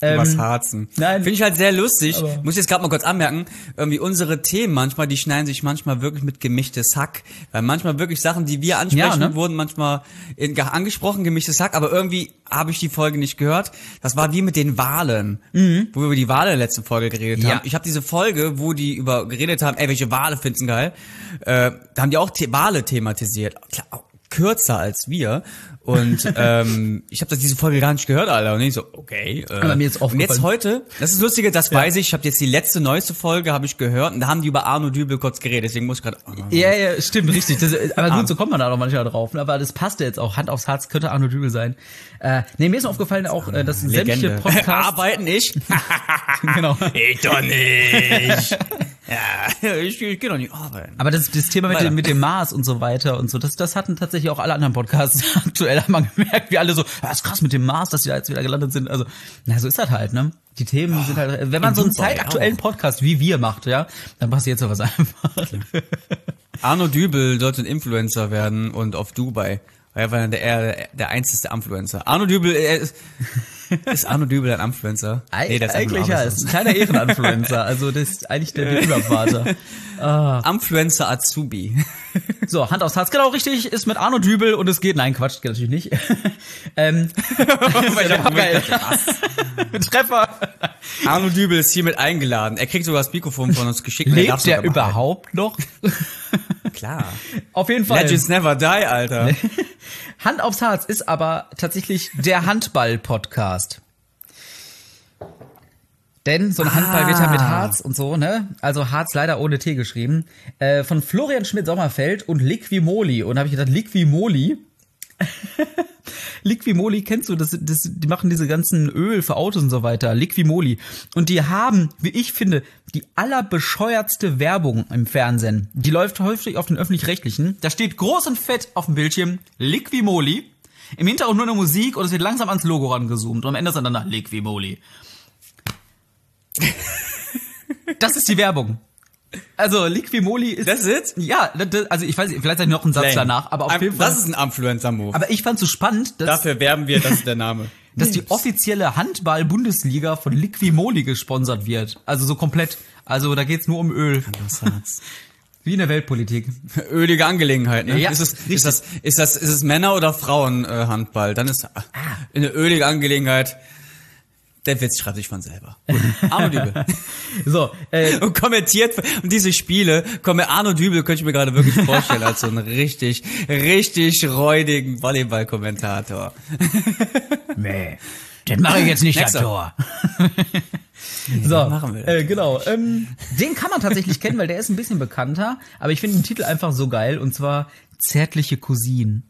[SPEAKER 4] Ähm,
[SPEAKER 3] Was Harzen.
[SPEAKER 4] nein.
[SPEAKER 3] Finde ich halt sehr lustig.
[SPEAKER 4] Aber-
[SPEAKER 3] Muss ich jetzt gerade mal kurz anmerken. Irgendwie unsere Themen manchmal, die schneiden sich manchmal wirklich mit gemischtes Hack. Weil manchmal wirklich Sachen, die wir ansprechen,
[SPEAKER 4] Ja, ne?
[SPEAKER 3] wurden manchmal in, ge- angesprochen, gemischtes Hack. Aber irgendwie habe ich die Folge nicht gehört. Das war wie mit den Wahlen. Wo wir über die Wale in der letzten Folge geredet
[SPEAKER 4] Mhm. Ja.
[SPEAKER 3] haben. Ich habe diese Folge, wo die über geredet haben, ey, welche Wale findest du geil? Äh, da haben die auch The Wale thematisiert. Klar, auch kürzer als wir. Und ähm, ich habe diese Folge gar nicht gehört, Alter. Und ich so, okay. Äh,
[SPEAKER 4] Aber mir ist
[SPEAKER 3] und jetzt
[SPEAKER 4] aufgefallen-
[SPEAKER 3] heute, das ist lustige, das weiß ich. Ich habe jetzt die letzte neueste Folge habe ich gehört und da haben die über Arno Dübel kurz geredet. Deswegen muss ich gerade.
[SPEAKER 4] Ja, ja, stimmt, richtig. Das, äh, aber
[SPEAKER 3] Ah.
[SPEAKER 4] gut, so kommt man da doch manchmal drauf. ne? Aber das passte jetzt auch. Hand aufs Herz könnte Arno Dübel sein. Äh, nee, mir ist aufgefallen auch, äh, dass sämtliche
[SPEAKER 3] Legende.
[SPEAKER 4] Podcasts...
[SPEAKER 3] Arbeiten ich?
[SPEAKER 4] genau.
[SPEAKER 3] ich doch nicht. ja, ich, ich gehe doch nicht arbeiten.
[SPEAKER 4] Aber das, das Thema mit
[SPEAKER 3] Weiter.
[SPEAKER 4] dem, mit dem Mars und so weiter und so, das, das hatten tatsächlich auch alle anderen Podcasts aktuell, haben wir gemerkt, wie alle so, ah, ist krass mit dem Mars, dass die da jetzt wieder gelandet sind. Also, na, so ist das halt, ne? Die Themen sind halt, wenn man so einen
[SPEAKER 3] Dubai
[SPEAKER 4] zeitaktuellen Podcast wie wir macht, ja, dann passiert sowas einfach.
[SPEAKER 3] Arno Dübel sollte ein Influencer werden und auf Dubai. Er war dann der, er, der einzigste Influencer. Arno Dübel, er ist, ist Arno Dübel ein Influencer? einfach nur
[SPEAKER 4] eigentlich ja, ist ein kleiner Ehreninfluencer. Also, das ist eigentlich der,
[SPEAKER 3] Äh.
[SPEAKER 4] der Übervater.
[SPEAKER 3] Influencer Azubi.
[SPEAKER 4] So, Hand aufs Herz, genau richtig, ist mit Arno Dübel und es geht, nein, Quatsch, geht natürlich nicht. ähm,
[SPEAKER 3] Weil
[SPEAKER 4] ja
[SPEAKER 3] ich hab
[SPEAKER 4] geil.
[SPEAKER 3] gemerkt, was?
[SPEAKER 4] Treffer.
[SPEAKER 3] Arno Dübel ist hiermit eingeladen. Er kriegt sogar das Mikrofon von uns geschickt. weil er darf
[SPEAKER 4] Lebt der
[SPEAKER 3] sogar behalten.
[SPEAKER 4] überhaupt noch?
[SPEAKER 3] Klar.
[SPEAKER 4] Auf jeden Fall.
[SPEAKER 3] Legends never die,
[SPEAKER 4] Ne?
[SPEAKER 3] Alter.
[SPEAKER 4] Hand aufs Herz ist aber tatsächlich der Handball-Podcast. Denn so ein Handball wird ja mit Harz und so, ne? Also Harz leider ohne T geschrieben. Äh, von Florian Schmidt-Sommerfeld und Liquimoli. Und da habe ich gedacht, Liquimoli? Liquimoli kennst du, das, das, die machen diese ganzen Öl für Autos und so weiter, Liquimoli. Und die haben, wie ich finde, die allerbescheuertste Werbung im Fernsehen. Die läuft häufig auf den Öffentlich-Rechtlichen. Da steht groß und fett auf dem Bildschirm Liquimoli. Im Hintergrund nur eine Musik und es wird langsam ans Logo rangezoomt und am Ende ist dann danach Liquimoli. Das ist die Werbung. Also Liquimoli ist...
[SPEAKER 3] That's it?
[SPEAKER 4] ja, das- das- also ich weiß nicht, vielleicht sag ich noch einen Satz danach, aber auf
[SPEAKER 3] Ein-
[SPEAKER 4] jeden Fall...
[SPEAKER 3] Das ist ein Influencer-Move.
[SPEAKER 4] aber ich fand es so spannend, dass
[SPEAKER 3] Dafür werben wir, das ist der Name.
[SPEAKER 4] dass die offizielle Handball-Bundesliga von Liquimoli gesponsert wird. Also so komplett. Also da geht's nur um Öl. Wie in der Weltpolitik.
[SPEAKER 3] Ölige Angelegenheit, ne?
[SPEAKER 4] Ja,
[SPEAKER 3] ist, es,
[SPEAKER 4] richtig.
[SPEAKER 3] ist, das, ist, das, ist es Männer- oder Frauen-Handball? Dann ist ah, eine ölige Angelegenheit. Der Witz schreibt sich von selber. Gut. Arno Dübel.
[SPEAKER 4] So, äh,
[SPEAKER 3] Und kommentiert und diese Spiele, komme Arno Dübel, könnte ich mir gerade wirklich vorstellen, als so einen richtig, richtig räudigen Volleyball-Kommentator.
[SPEAKER 4] nee, den mache ich jetzt nicht, das
[SPEAKER 3] Nächster.
[SPEAKER 4] Tor. so,
[SPEAKER 3] machen wir das
[SPEAKER 4] äh, genau. Ähm, den kann man tatsächlich kennen, weil der ist ein bisschen bekannter. Aber ich finde den Titel einfach so geil. Und zwar Zärtliche Cousinen.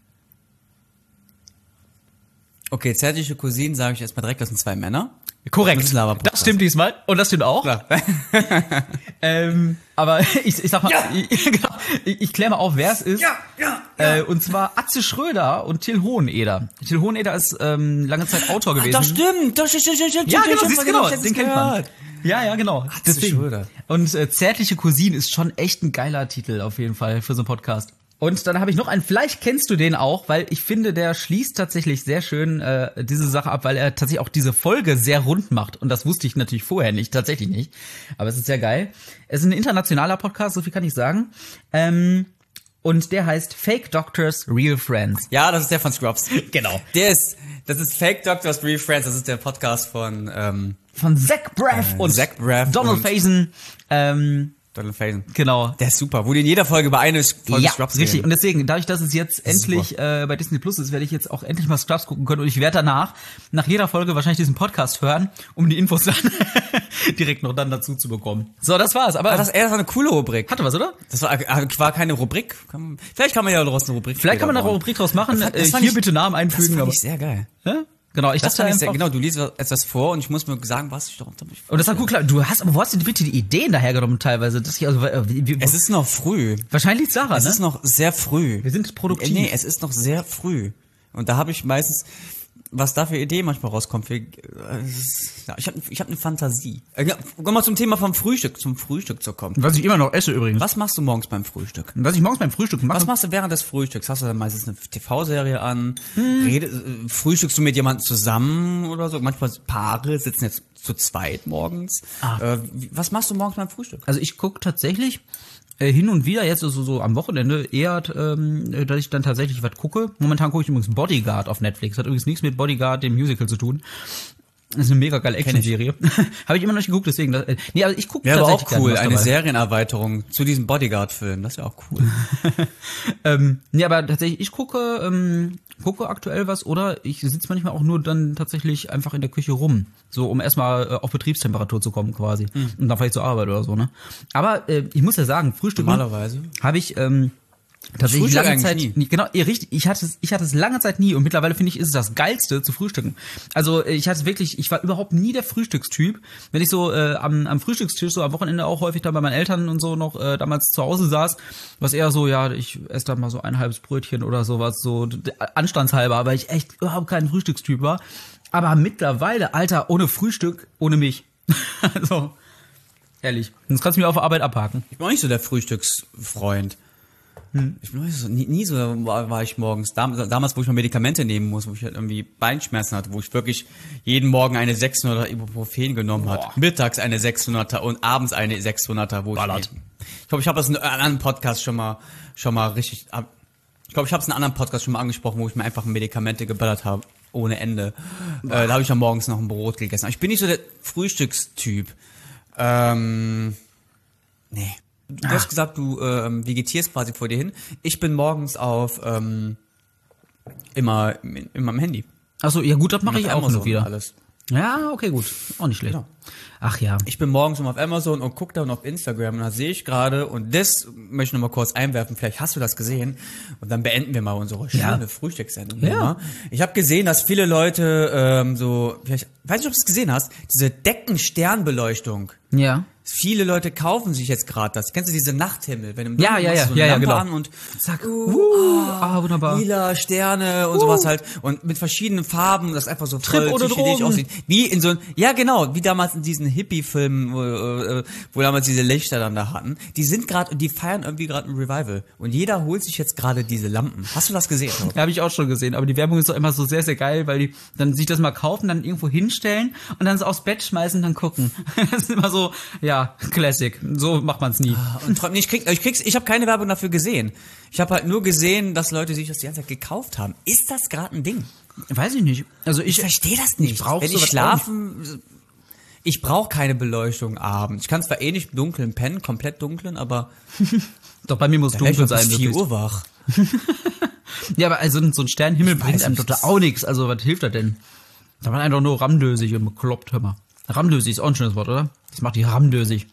[SPEAKER 3] Okay, zärtliche Cousinen sage ich erstmal direkt, das sind zwei Männer.
[SPEAKER 4] Korrekt.
[SPEAKER 3] Das ist ein Laber-Podcast.
[SPEAKER 4] Das stimmt diesmal. Und das stimmt auch.
[SPEAKER 3] Klar.
[SPEAKER 4] ähm, aber ich, ich sag mal, ich, genau, ich, ich klär mal auf, wer es ist.
[SPEAKER 3] Ja, ja,
[SPEAKER 4] Äh, und zwar Atze Schröder und Till Hoheneder. Till Hoheneder ist ähm, lange Zeit Autor gewesen.
[SPEAKER 3] Das stimmt, das stimmt, stimmt, stimmt, stimmt.
[SPEAKER 4] Ja,
[SPEAKER 3] stimmt,
[SPEAKER 4] genau,
[SPEAKER 3] stimmt,
[SPEAKER 4] siehst, genau,
[SPEAKER 3] stimmt,
[SPEAKER 4] den kennt man.
[SPEAKER 3] gehört.
[SPEAKER 4] Ja, ja, genau.
[SPEAKER 3] Schröder.
[SPEAKER 4] Und äh, Zärtliche Cousine ist schon echt ein geiler Titel auf jeden Fall für so einen Podcast. Und dann habe ich noch einen, vielleicht kennst du den auch, weil ich finde, der schließt tatsächlich sehr schön äh, diese Sache ab, weil er tatsächlich auch diese Folge sehr rund macht. Und das wusste ich natürlich vorher nicht, tatsächlich nicht. Aber es ist sehr geil. Es ist ein internationaler Podcast, so viel kann ich sagen. Ähm, und der heißt Fake Doctors, Real Friends.
[SPEAKER 3] Ja, das ist der von Scrubs.
[SPEAKER 4] Genau.
[SPEAKER 3] Der ist, das ist Fake Doctors Real Friends, das ist der Podcast von ähm,
[SPEAKER 4] Von Zach Braff und
[SPEAKER 3] Zach Äh, Braff
[SPEAKER 4] Donald
[SPEAKER 3] und-
[SPEAKER 4] Faison. Ähm,
[SPEAKER 3] Donald Faison.
[SPEAKER 4] genau.
[SPEAKER 3] Der ist super, wo die in jeder Folge über eine Folge
[SPEAKER 4] ja,
[SPEAKER 3] Scrubs
[SPEAKER 4] richtig. Und
[SPEAKER 3] reden.
[SPEAKER 4] deswegen, dadurch, dass es jetzt
[SPEAKER 3] ist
[SPEAKER 4] endlich äh, bei Disney Plus ist, werde ich jetzt auch endlich mal Scrubs gucken können. Und ich werde danach, nach jeder Folge, wahrscheinlich diesen Podcast hören, um die Infos dann direkt noch dann dazu zu bekommen. So, das war's. Aber
[SPEAKER 3] Ah, das, ey, das war eine coole Rubrik.
[SPEAKER 4] hatte was, oder?
[SPEAKER 3] Das war, ah, war keine Rubrik. Kann man- Vielleicht kann man ja daraus eine Rubrik
[SPEAKER 4] Vielleicht kann man da
[SPEAKER 3] später
[SPEAKER 4] eine
[SPEAKER 3] bauen.
[SPEAKER 4] Rubrik draus machen.
[SPEAKER 3] Das- das
[SPEAKER 4] äh,
[SPEAKER 3] fand
[SPEAKER 4] hier
[SPEAKER 3] ich-
[SPEAKER 4] bitte Namen
[SPEAKER 3] Das
[SPEAKER 4] einfügen.
[SPEAKER 3] fand
[SPEAKER 4] Aber,
[SPEAKER 3] ich sehr geil.
[SPEAKER 4] hä? Genau, ich
[SPEAKER 3] Das
[SPEAKER 4] dachte
[SPEAKER 3] fand ich sehr,
[SPEAKER 4] einfach,
[SPEAKER 3] genau, du liest etwas vor und ich muss mir sagen, was ich da unter mich
[SPEAKER 4] Und das hat gut geklappt. Du hast, aber wo hast du bitte die Ideen dahergenommen teilweise? Das hier, also, äh, wie, wie,
[SPEAKER 3] Es ist noch früh.
[SPEAKER 4] wahrscheinlich liegt's daran,
[SPEAKER 3] Es
[SPEAKER 4] ne?
[SPEAKER 3] ist noch sehr früh.
[SPEAKER 4] Wir sind produktiv.
[SPEAKER 3] Nee, es ist noch sehr früh. Und da habe ich meistens, was da für Ideen manchmal rauskommt. Für, äh, ja, ich habe ich hab eine Fantasie. Äh, ja, komm mal zum Thema vom Frühstück, zum Frühstück zu kommen.
[SPEAKER 4] Was ich immer noch esse übrigens.
[SPEAKER 3] Was machst du morgens beim Frühstück?
[SPEAKER 4] Was ich morgens beim Frühstück mache.
[SPEAKER 3] Was machst du während des Frühstücks? Hast du dann meistens eine TV-Serie an? Rede, äh, frühstückst du mit jemandem zusammen oder so? Manchmal Paare sitzen jetzt zu zweit morgens. Äh, wie- was machst du morgens beim Frühstück?
[SPEAKER 4] Also ich gucke tatsächlich äh, hin und wieder jetzt so, so am Wochenende eher, ähm, äh, dass ich dann tatsächlich was gucke. Momentan gucke ich übrigens Bodyguard auf Netflix. Hat übrigens nichts mit Bodyguard, dem Musical zu tun. Das ist eine mega geile Action-Serie. Habe ich immer noch nicht geguckt, deswegen. Das, äh, nee, also ich gucke
[SPEAKER 3] Wäre aber auch cool,
[SPEAKER 4] gerne
[SPEAKER 3] eine
[SPEAKER 4] was dabei.
[SPEAKER 3] Serienerweiterung zu diesem Bodyguard-Film. Das wäre auch cool.
[SPEAKER 4] Ähm, Nee, aber tatsächlich, ich gucke, ähm, gucke aktuell was oder ich sitze manchmal auch nur dann tatsächlich einfach in der Küche rum. So, um erstmal äh, auf Betriebstemperatur zu kommen quasi.
[SPEAKER 3] Mhm.
[SPEAKER 4] Und dann vielleicht zur Arbeit oder so, ne? Aber äh, ich muss ja sagen, Frühstück
[SPEAKER 3] Normalerweise.
[SPEAKER 4] habe ich ähm, tatsächlich
[SPEAKER 3] frühstück
[SPEAKER 4] lange
[SPEAKER 3] eigentlich
[SPEAKER 4] Zeit
[SPEAKER 3] nie.
[SPEAKER 4] nie- genau ihr richtig ich hatte es ich hatte es lange Zeit nie und mittlerweile finde ich ist es das geilste zu frühstücken also äh, ich hatte wirklich ich war überhaupt nie der Frühstückstyp wenn ich so äh, am, am Frühstückstisch so am Wochenende auch häufig da bei meinen Eltern und so noch äh, damals zu Hause saß was eher so ja ich esse da mal so ein halbes Brötchen oder sowas so d- anstandshalber weil ich echt überhaupt kein Frühstückstyp war aber mittlerweile Alter ohne Frühstück ohne mich also ehrlich sonst kannst du mir auf der Arbeit abhaken
[SPEAKER 3] Ich bin auch nicht so der Frühstücksfreund. Ich bin auch nicht so, nie, nie so war, war ich morgens. Dam, damals, wo ich mal Medikamente nehmen muss, wo ich halt irgendwie Beinschmerzen hatte, wo ich wirklich jeden Morgen eine 600er Ibuprofen genommen hat, mittags eine 600er und abends eine 600er, wo
[SPEAKER 4] Ballert.
[SPEAKER 3] ich Ich glaube, ich habe das in einem anderen Podcast schon mal schon mal richtig ab. Ich glaube, ich habe es in einem anderen Podcast schon mal angesprochen, wo ich mir einfach Medikamente geballert habe ohne Ende. Äh, da habe ich ja morgens noch ein Brot gegessen. Aber ich bin nicht so der Frühstückstyp. Ähm, nee. Du hast gesagt, du ähm, vegetierst quasi vor dir hin. Ich bin morgens auf ähm, immer immer am Handy.
[SPEAKER 4] Achso, ja gut, das mache ich
[SPEAKER 3] Auf
[SPEAKER 4] auch
[SPEAKER 3] Amazon
[SPEAKER 4] nur wieder.
[SPEAKER 3] Alles.
[SPEAKER 4] Ja, okay, gut. Auch nicht schlecht. Ach ja.
[SPEAKER 3] Ich bin morgens immer auf Amazon und gucke dann auf Instagram und da sehe ich gerade und das möchte ich nochmal kurz einwerfen. Vielleicht hast du das gesehen und dann beenden wir mal unsere schöne
[SPEAKER 4] Ja.
[SPEAKER 3] Frühstückssendung.
[SPEAKER 4] Ja.
[SPEAKER 3] Ja. Ich habe gesehen, dass viele Leute ähm, so, vielleicht, weiß nicht, ob du es gesehen hast, diese Deckensternbeleuchtung.
[SPEAKER 4] Ja.
[SPEAKER 3] Viele Leute kaufen sich jetzt gerade das. Kennst du diese Nachthimmel? Wenn im
[SPEAKER 4] Ja,
[SPEAKER 3] Dunkeln
[SPEAKER 4] ja,
[SPEAKER 3] machst
[SPEAKER 4] ja,
[SPEAKER 3] du so eine
[SPEAKER 4] ja, ja,
[SPEAKER 3] Lampe
[SPEAKER 4] genau.
[SPEAKER 3] an und
[SPEAKER 4] Zack.
[SPEAKER 3] Uh,
[SPEAKER 4] Uh, ah, wunderbar. Uh.
[SPEAKER 3] lila Sterne und sowas halt und mit verschiedenen Farben, das einfach so voll
[SPEAKER 4] Trip ohne
[SPEAKER 3] psychedelisch
[SPEAKER 4] Drogen.
[SPEAKER 3] aussieht. Wie in so ein, ja genau, wie damals in diesen Hippie-Filmen, wo, äh, wo damals diese Lichter dann da hatten. Die sind gerade und die feiern irgendwie gerade ein Revival und jeder holt sich jetzt gerade diese Lampen. Hast du das gesehen?
[SPEAKER 4] Ja, habe ich auch schon gesehen, aber die Werbung ist doch immer so sehr, sehr geil, weil die dann sich das mal kaufen, dann irgendwo hinstellen und dann so aufs Bett schmeißen und dann gucken. Das ist immer so, ja, Classic. So macht man's nie.
[SPEAKER 3] Und träum, nee, ich krieg, ich krieg's, ich habe keine Werbung dafür gesehen. Ich habe halt nur gesehen, dass Leute sich das die ganze Zeit gekauft haben. Ist das gerade ein Ding?
[SPEAKER 4] Weiß ich nicht. Also ich,
[SPEAKER 3] Ich verstehe das nicht.
[SPEAKER 4] brauch
[SPEAKER 3] Wenn ich
[SPEAKER 4] sowas
[SPEAKER 3] schlafen, ich brauche keine Beleuchtung abends. Ich kann zwar eh nicht im Dunkeln pennen, komplett dunklen, aber
[SPEAKER 4] doch bei mir muss
[SPEAKER 3] vielleicht
[SPEAKER 4] dunkel
[SPEAKER 3] mal
[SPEAKER 4] sein.
[SPEAKER 3] bis 4
[SPEAKER 4] möglichst.
[SPEAKER 3] Uhr wach.
[SPEAKER 4] Ja, aber also so ein Sternenhimmel bringt
[SPEAKER 3] weiß
[SPEAKER 4] einem doch
[SPEAKER 3] nicht,
[SPEAKER 4] da
[SPEAKER 3] das-
[SPEAKER 4] auch nichts. Also was hilft das denn? Da man einfach nur ramdösig und bekloppt, hör mal. Ramdösig ist auch ein schönes Wort, oder? Das macht die ramdösig.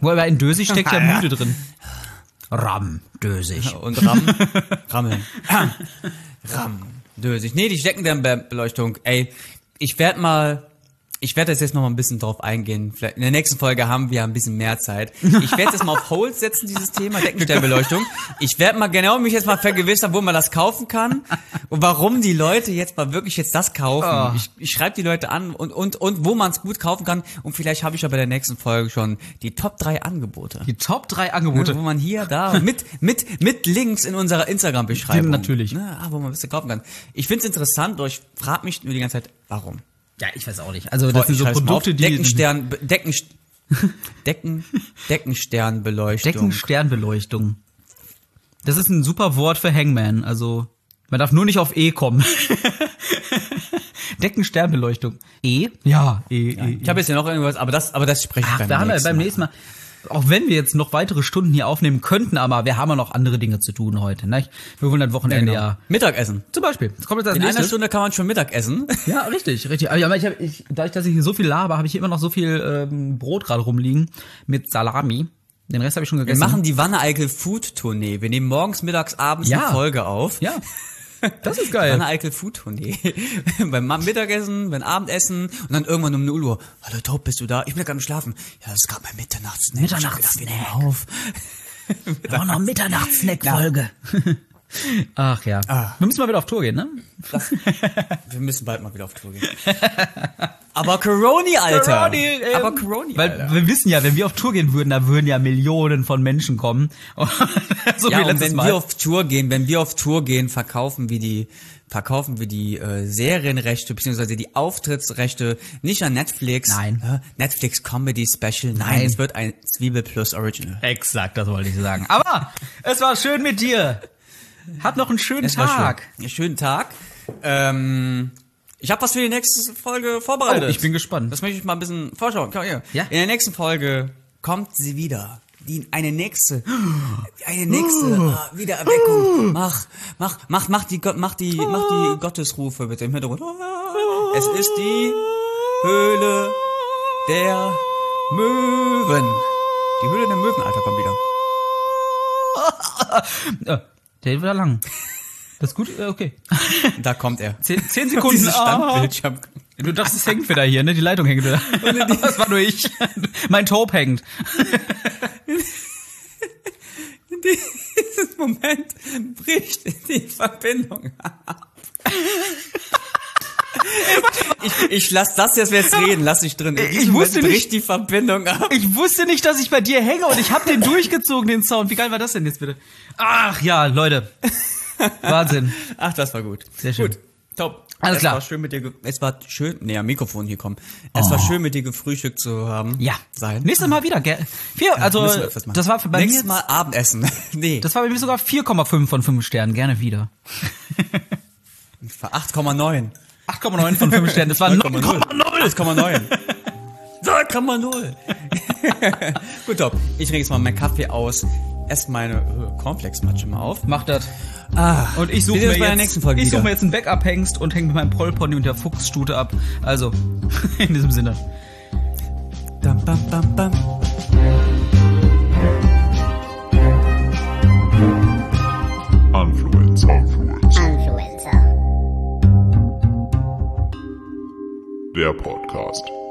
[SPEAKER 4] Wobei in Dösig steckt ja
[SPEAKER 3] Ah, Ja.
[SPEAKER 4] Müde drin. Ramdösig.
[SPEAKER 3] Und Ram, Rammeln. Ram, dösig. Nee, die Steckendämmbeleuchtung. Ey, ich werd mal, ich werde das jetzt noch mal ein bisschen drauf eingehen. Vielleicht in der nächsten Folge haben wir ein bisschen mehr Zeit. Ich werde das mal auf Hold setzen, dieses Thema Deckensteinbeleuchtung. Ich werde mal genau mich jetzt mal vergewissern, wo man das kaufen kann und warum die Leute jetzt mal wirklich jetzt das kaufen. Ich, ich schreibe die Leute an und, und, und wo man es gut kaufen kann. Und vielleicht habe ich ja bei der nächsten Folge schon die Top 3 Angebote.
[SPEAKER 4] Die Top 3 Angebote.
[SPEAKER 3] Ne, wo man hier, da, mit, mit, mit Links in unserer Instagram-Beschreibung.
[SPEAKER 4] Stimmt, natürlich.
[SPEAKER 3] Ne, ah, wo man ein bisschen kaufen kann. Ich find's interessant, doch ich frage mich nur die ganze Zeit, warum?
[SPEAKER 4] Ja, ich weiß auch nicht. Also das sind so
[SPEAKER 3] schreib's mal
[SPEAKER 4] Produkte,
[SPEAKER 3] auf.
[SPEAKER 4] die
[SPEAKER 3] Oh, Deckenstern, Be- Decken, Decken, Deckensternbeleuchtung.
[SPEAKER 4] Deckensternbeleuchtung. Das ist ein super Wort für Hangman. Also man darf nur nicht auf E kommen. Deckensternbeleuchtung. E? Ja, E. e,
[SPEAKER 3] ich habe jetzt hier noch irgendwas, aber das, aber das spreche ich
[SPEAKER 4] Ach,
[SPEAKER 3] beim,
[SPEAKER 4] da haben wir
[SPEAKER 3] nächsten
[SPEAKER 4] beim nächsten Mal. Auch wenn wir jetzt noch weitere Stunden hier aufnehmen könnten, aber wir haben ja noch andere Dinge zu tun heute. Ne? Wir wollen das Wochenende ja,
[SPEAKER 3] Genau. Mittagessen.
[SPEAKER 4] Zum Beispiel. Jetzt kommt jetzt das
[SPEAKER 3] In einer
[SPEAKER 4] nächste.
[SPEAKER 3] Stunde kann man schon Mittag essen.
[SPEAKER 4] Ja, richtig, richtig. Aber ich hab, ich, dadurch, dass ich hier so viel laber, habe ich hier immer noch so viel ähm, Brot gerade rumliegen mit Salami. Den Rest habe ich schon
[SPEAKER 3] Wir
[SPEAKER 4] gegessen.
[SPEAKER 3] machen die Wanne-Eickel Food-Tournee. Wir nehmen morgens, mittags, abends
[SPEAKER 4] Ja.
[SPEAKER 3] eine Folge auf.
[SPEAKER 4] ja. Das ist
[SPEAKER 3] Bei
[SPEAKER 4] geil.
[SPEAKER 3] einer Eikel Food Tournee. beim Mittagessen, beim Abendessen und dann irgendwann um 0 Uhr. Hallo Taub, bist du da? Ich bin ja gerade am Schlafen. Ja, es gab mein Mitternachts.
[SPEAKER 4] Mitternachts-
[SPEAKER 3] Wir nehmen auf.
[SPEAKER 4] Auch noch Mitternachtssnack-Folge. Ach ja.
[SPEAKER 3] Ah.
[SPEAKER 4] Wir müssen mal wieder auf Tour gehen, ne?
[SPEAKER 3] Wir müssen bald mal wieder auf Tour gehen. Aber Coroni, Alter.
[SPEAKER 4] Coroni, ähm,
[SPEAKER 3] Aber Coroni,
[SPEAKER 4] Weil
[SPEAKER 3] Alter.
[SPEAKER 4] wir wissen ja, wenn wir auf Tour gehen würden, da würden ja Millionen von Menschen kommen. so
[SPEAKER 3] ja, und wenn wir auf Tour gehen, wenn wir auf Tour gehen, verkaufen wir die, verkaufen wir die äh, Serienrechte beziehungsweise die Auftrittsrechte nicht an Netflix.
[SPEAKER 4] Nein.
[SPEAKER 3] Äh, Netflix Comedy Special. Nein,
[SPEAKER 4] Nein.
[SPEAKER 3] es wird ein Zwiebel Plus Original.
[SPEAKER 4] Exakt, das wollte ich sagen. Aber es war schön mit dir. Hab noch einen schönen
[SPEAKER 3] Es war
[SPEAKER 4] Tag.
[SPEAKER 3] Schön. Einen Schönen Tag. Ähm, ich habe was für die nächste Folge
[SPEAKER 4] Oh,
[SPEAKER 3] vorbereitet.
[SPEAKER 4] ich bin gespannt.
[SPEAKER 3] Das möchte ich mal ein bisschen vorschauen. Komm, hier.
[SPEAKER 4] Ja.
[SPEAKER 3] In der nächsten Folge kommt sie wieder. Die, eine nächste, eine nächste
[SPEAKER 4] Oh.
[SPEAKER 3] äh, Wiedererweckung. Mach, mach, mach, mach die, Gott- mach die, mach
[SPEAKER 4] Oh.
[SPEAKER 3] die Gottesrufe bitte im Hintergrund. Es ist die Höhle der Möwen. Die Höhle der Möwen, Alter, kommt wieder.
[SPEAKER 4] Äh, der wird wieder lang. Das ist gut, Äh, okay.
[SPEAKER 3] Da kommt er.
[SPEAKER 4] Zehn, zehn Sekunden.
[SPEAKER 3] Dieses
[SPEAKER 4] Ah.
[SPEAKER 3] Standbildschirm.
[SPEAKER 4] Du dachtest, es hängt wieder hier, ne? Die Leitung hängt wieder. Das war nur ich. Mein Taub hängt.
[SPEAKER 3] In diesem Moment bricht die Verbindung ab. Ich, ich lass das jetzt jetzt reden, lass dich drin. In
[SPEAKER 4] Ich
[SPEAKER 3] diesem
[SPEAKER 4] wusste
[SPEAKER 3] Moment
[SPEAKER 4] nicht-
[SPEAKER 3] bricht die Verbindung ab.
[SPEAKER 4] Ich wusste nicht, dass ich bei dir hänge und ich hab den durchgezogen, den Sound. Wie geil war das denn jetzt bitte? Ach ja, Leute. Wahnsinn.
[SPEAKER 3] Ach, das war gut.
[SPEAKER 4] Sehr schön.
[SPEAKER 3] Gut, top.
[SPEAKER 4] Alles
[SPEAKER 3] es
[SPEAKER 4] klar.
[SPEAKER 3] War schön mit dir ge- es war schön, nee, am Mikrofon hier kommen. Es war schön mit dir gefrühstückt zu haben.
[SPEAKER 4] Oh. Ja.
[SPEAKER 3] Sein.
[SPEAKER 4] Nächstes Mal wieder, gell? Vier, also,
[SPEAKER 3] Müssen wir öfters machen.
[SPEAKER 4] das war für bei
[SPEAKER 3] Nächstes
[SPEAKER 4] mir,
[SPEAKER 3] Mal Abendessen. nee,
[SPEAKER 4] das war bei mir sogar 4,5 von 5 Sternen. Gerne wieder.
[SPEAKER 3] das war 8,9.
[SPEAKER 4] 8,9 von 5 Sternen. Das war 9,0.
[SPEAKER 3] 8,9. 9,0. Gut, top. Ich trinke jetzt mal meinen Kaffee aus, esse meine äh, Cornflakes-Matsche mal auf.
[SPEAKER 4] Mach das.
[SPEAKER 3] Ah,
[SPEAKER 4] Und ich suche
[SPEAKER 3] wir sehen uns
[SPEAKER 4] mir,
[SPEAKER 3] bei der
[SPEAKER 4] jetzt,
[SPEAKER 3] nächsten Folge
[SPEAKER 4] ich such
[SPEAKER 3] wieder.
[SPEAKER 4] mir jetzt einen Backup-Hengst und hänge mit meinem Pollpony und der Fuchsstute ab. Also, in diesem Sinne.
[SPEAKER 3] Dam, bam, bam, bam.
[SPEAKER 1] Influence, Influence.
[SPEAKER 2] Influencer.
[SPEAKER 1] Der Podcast.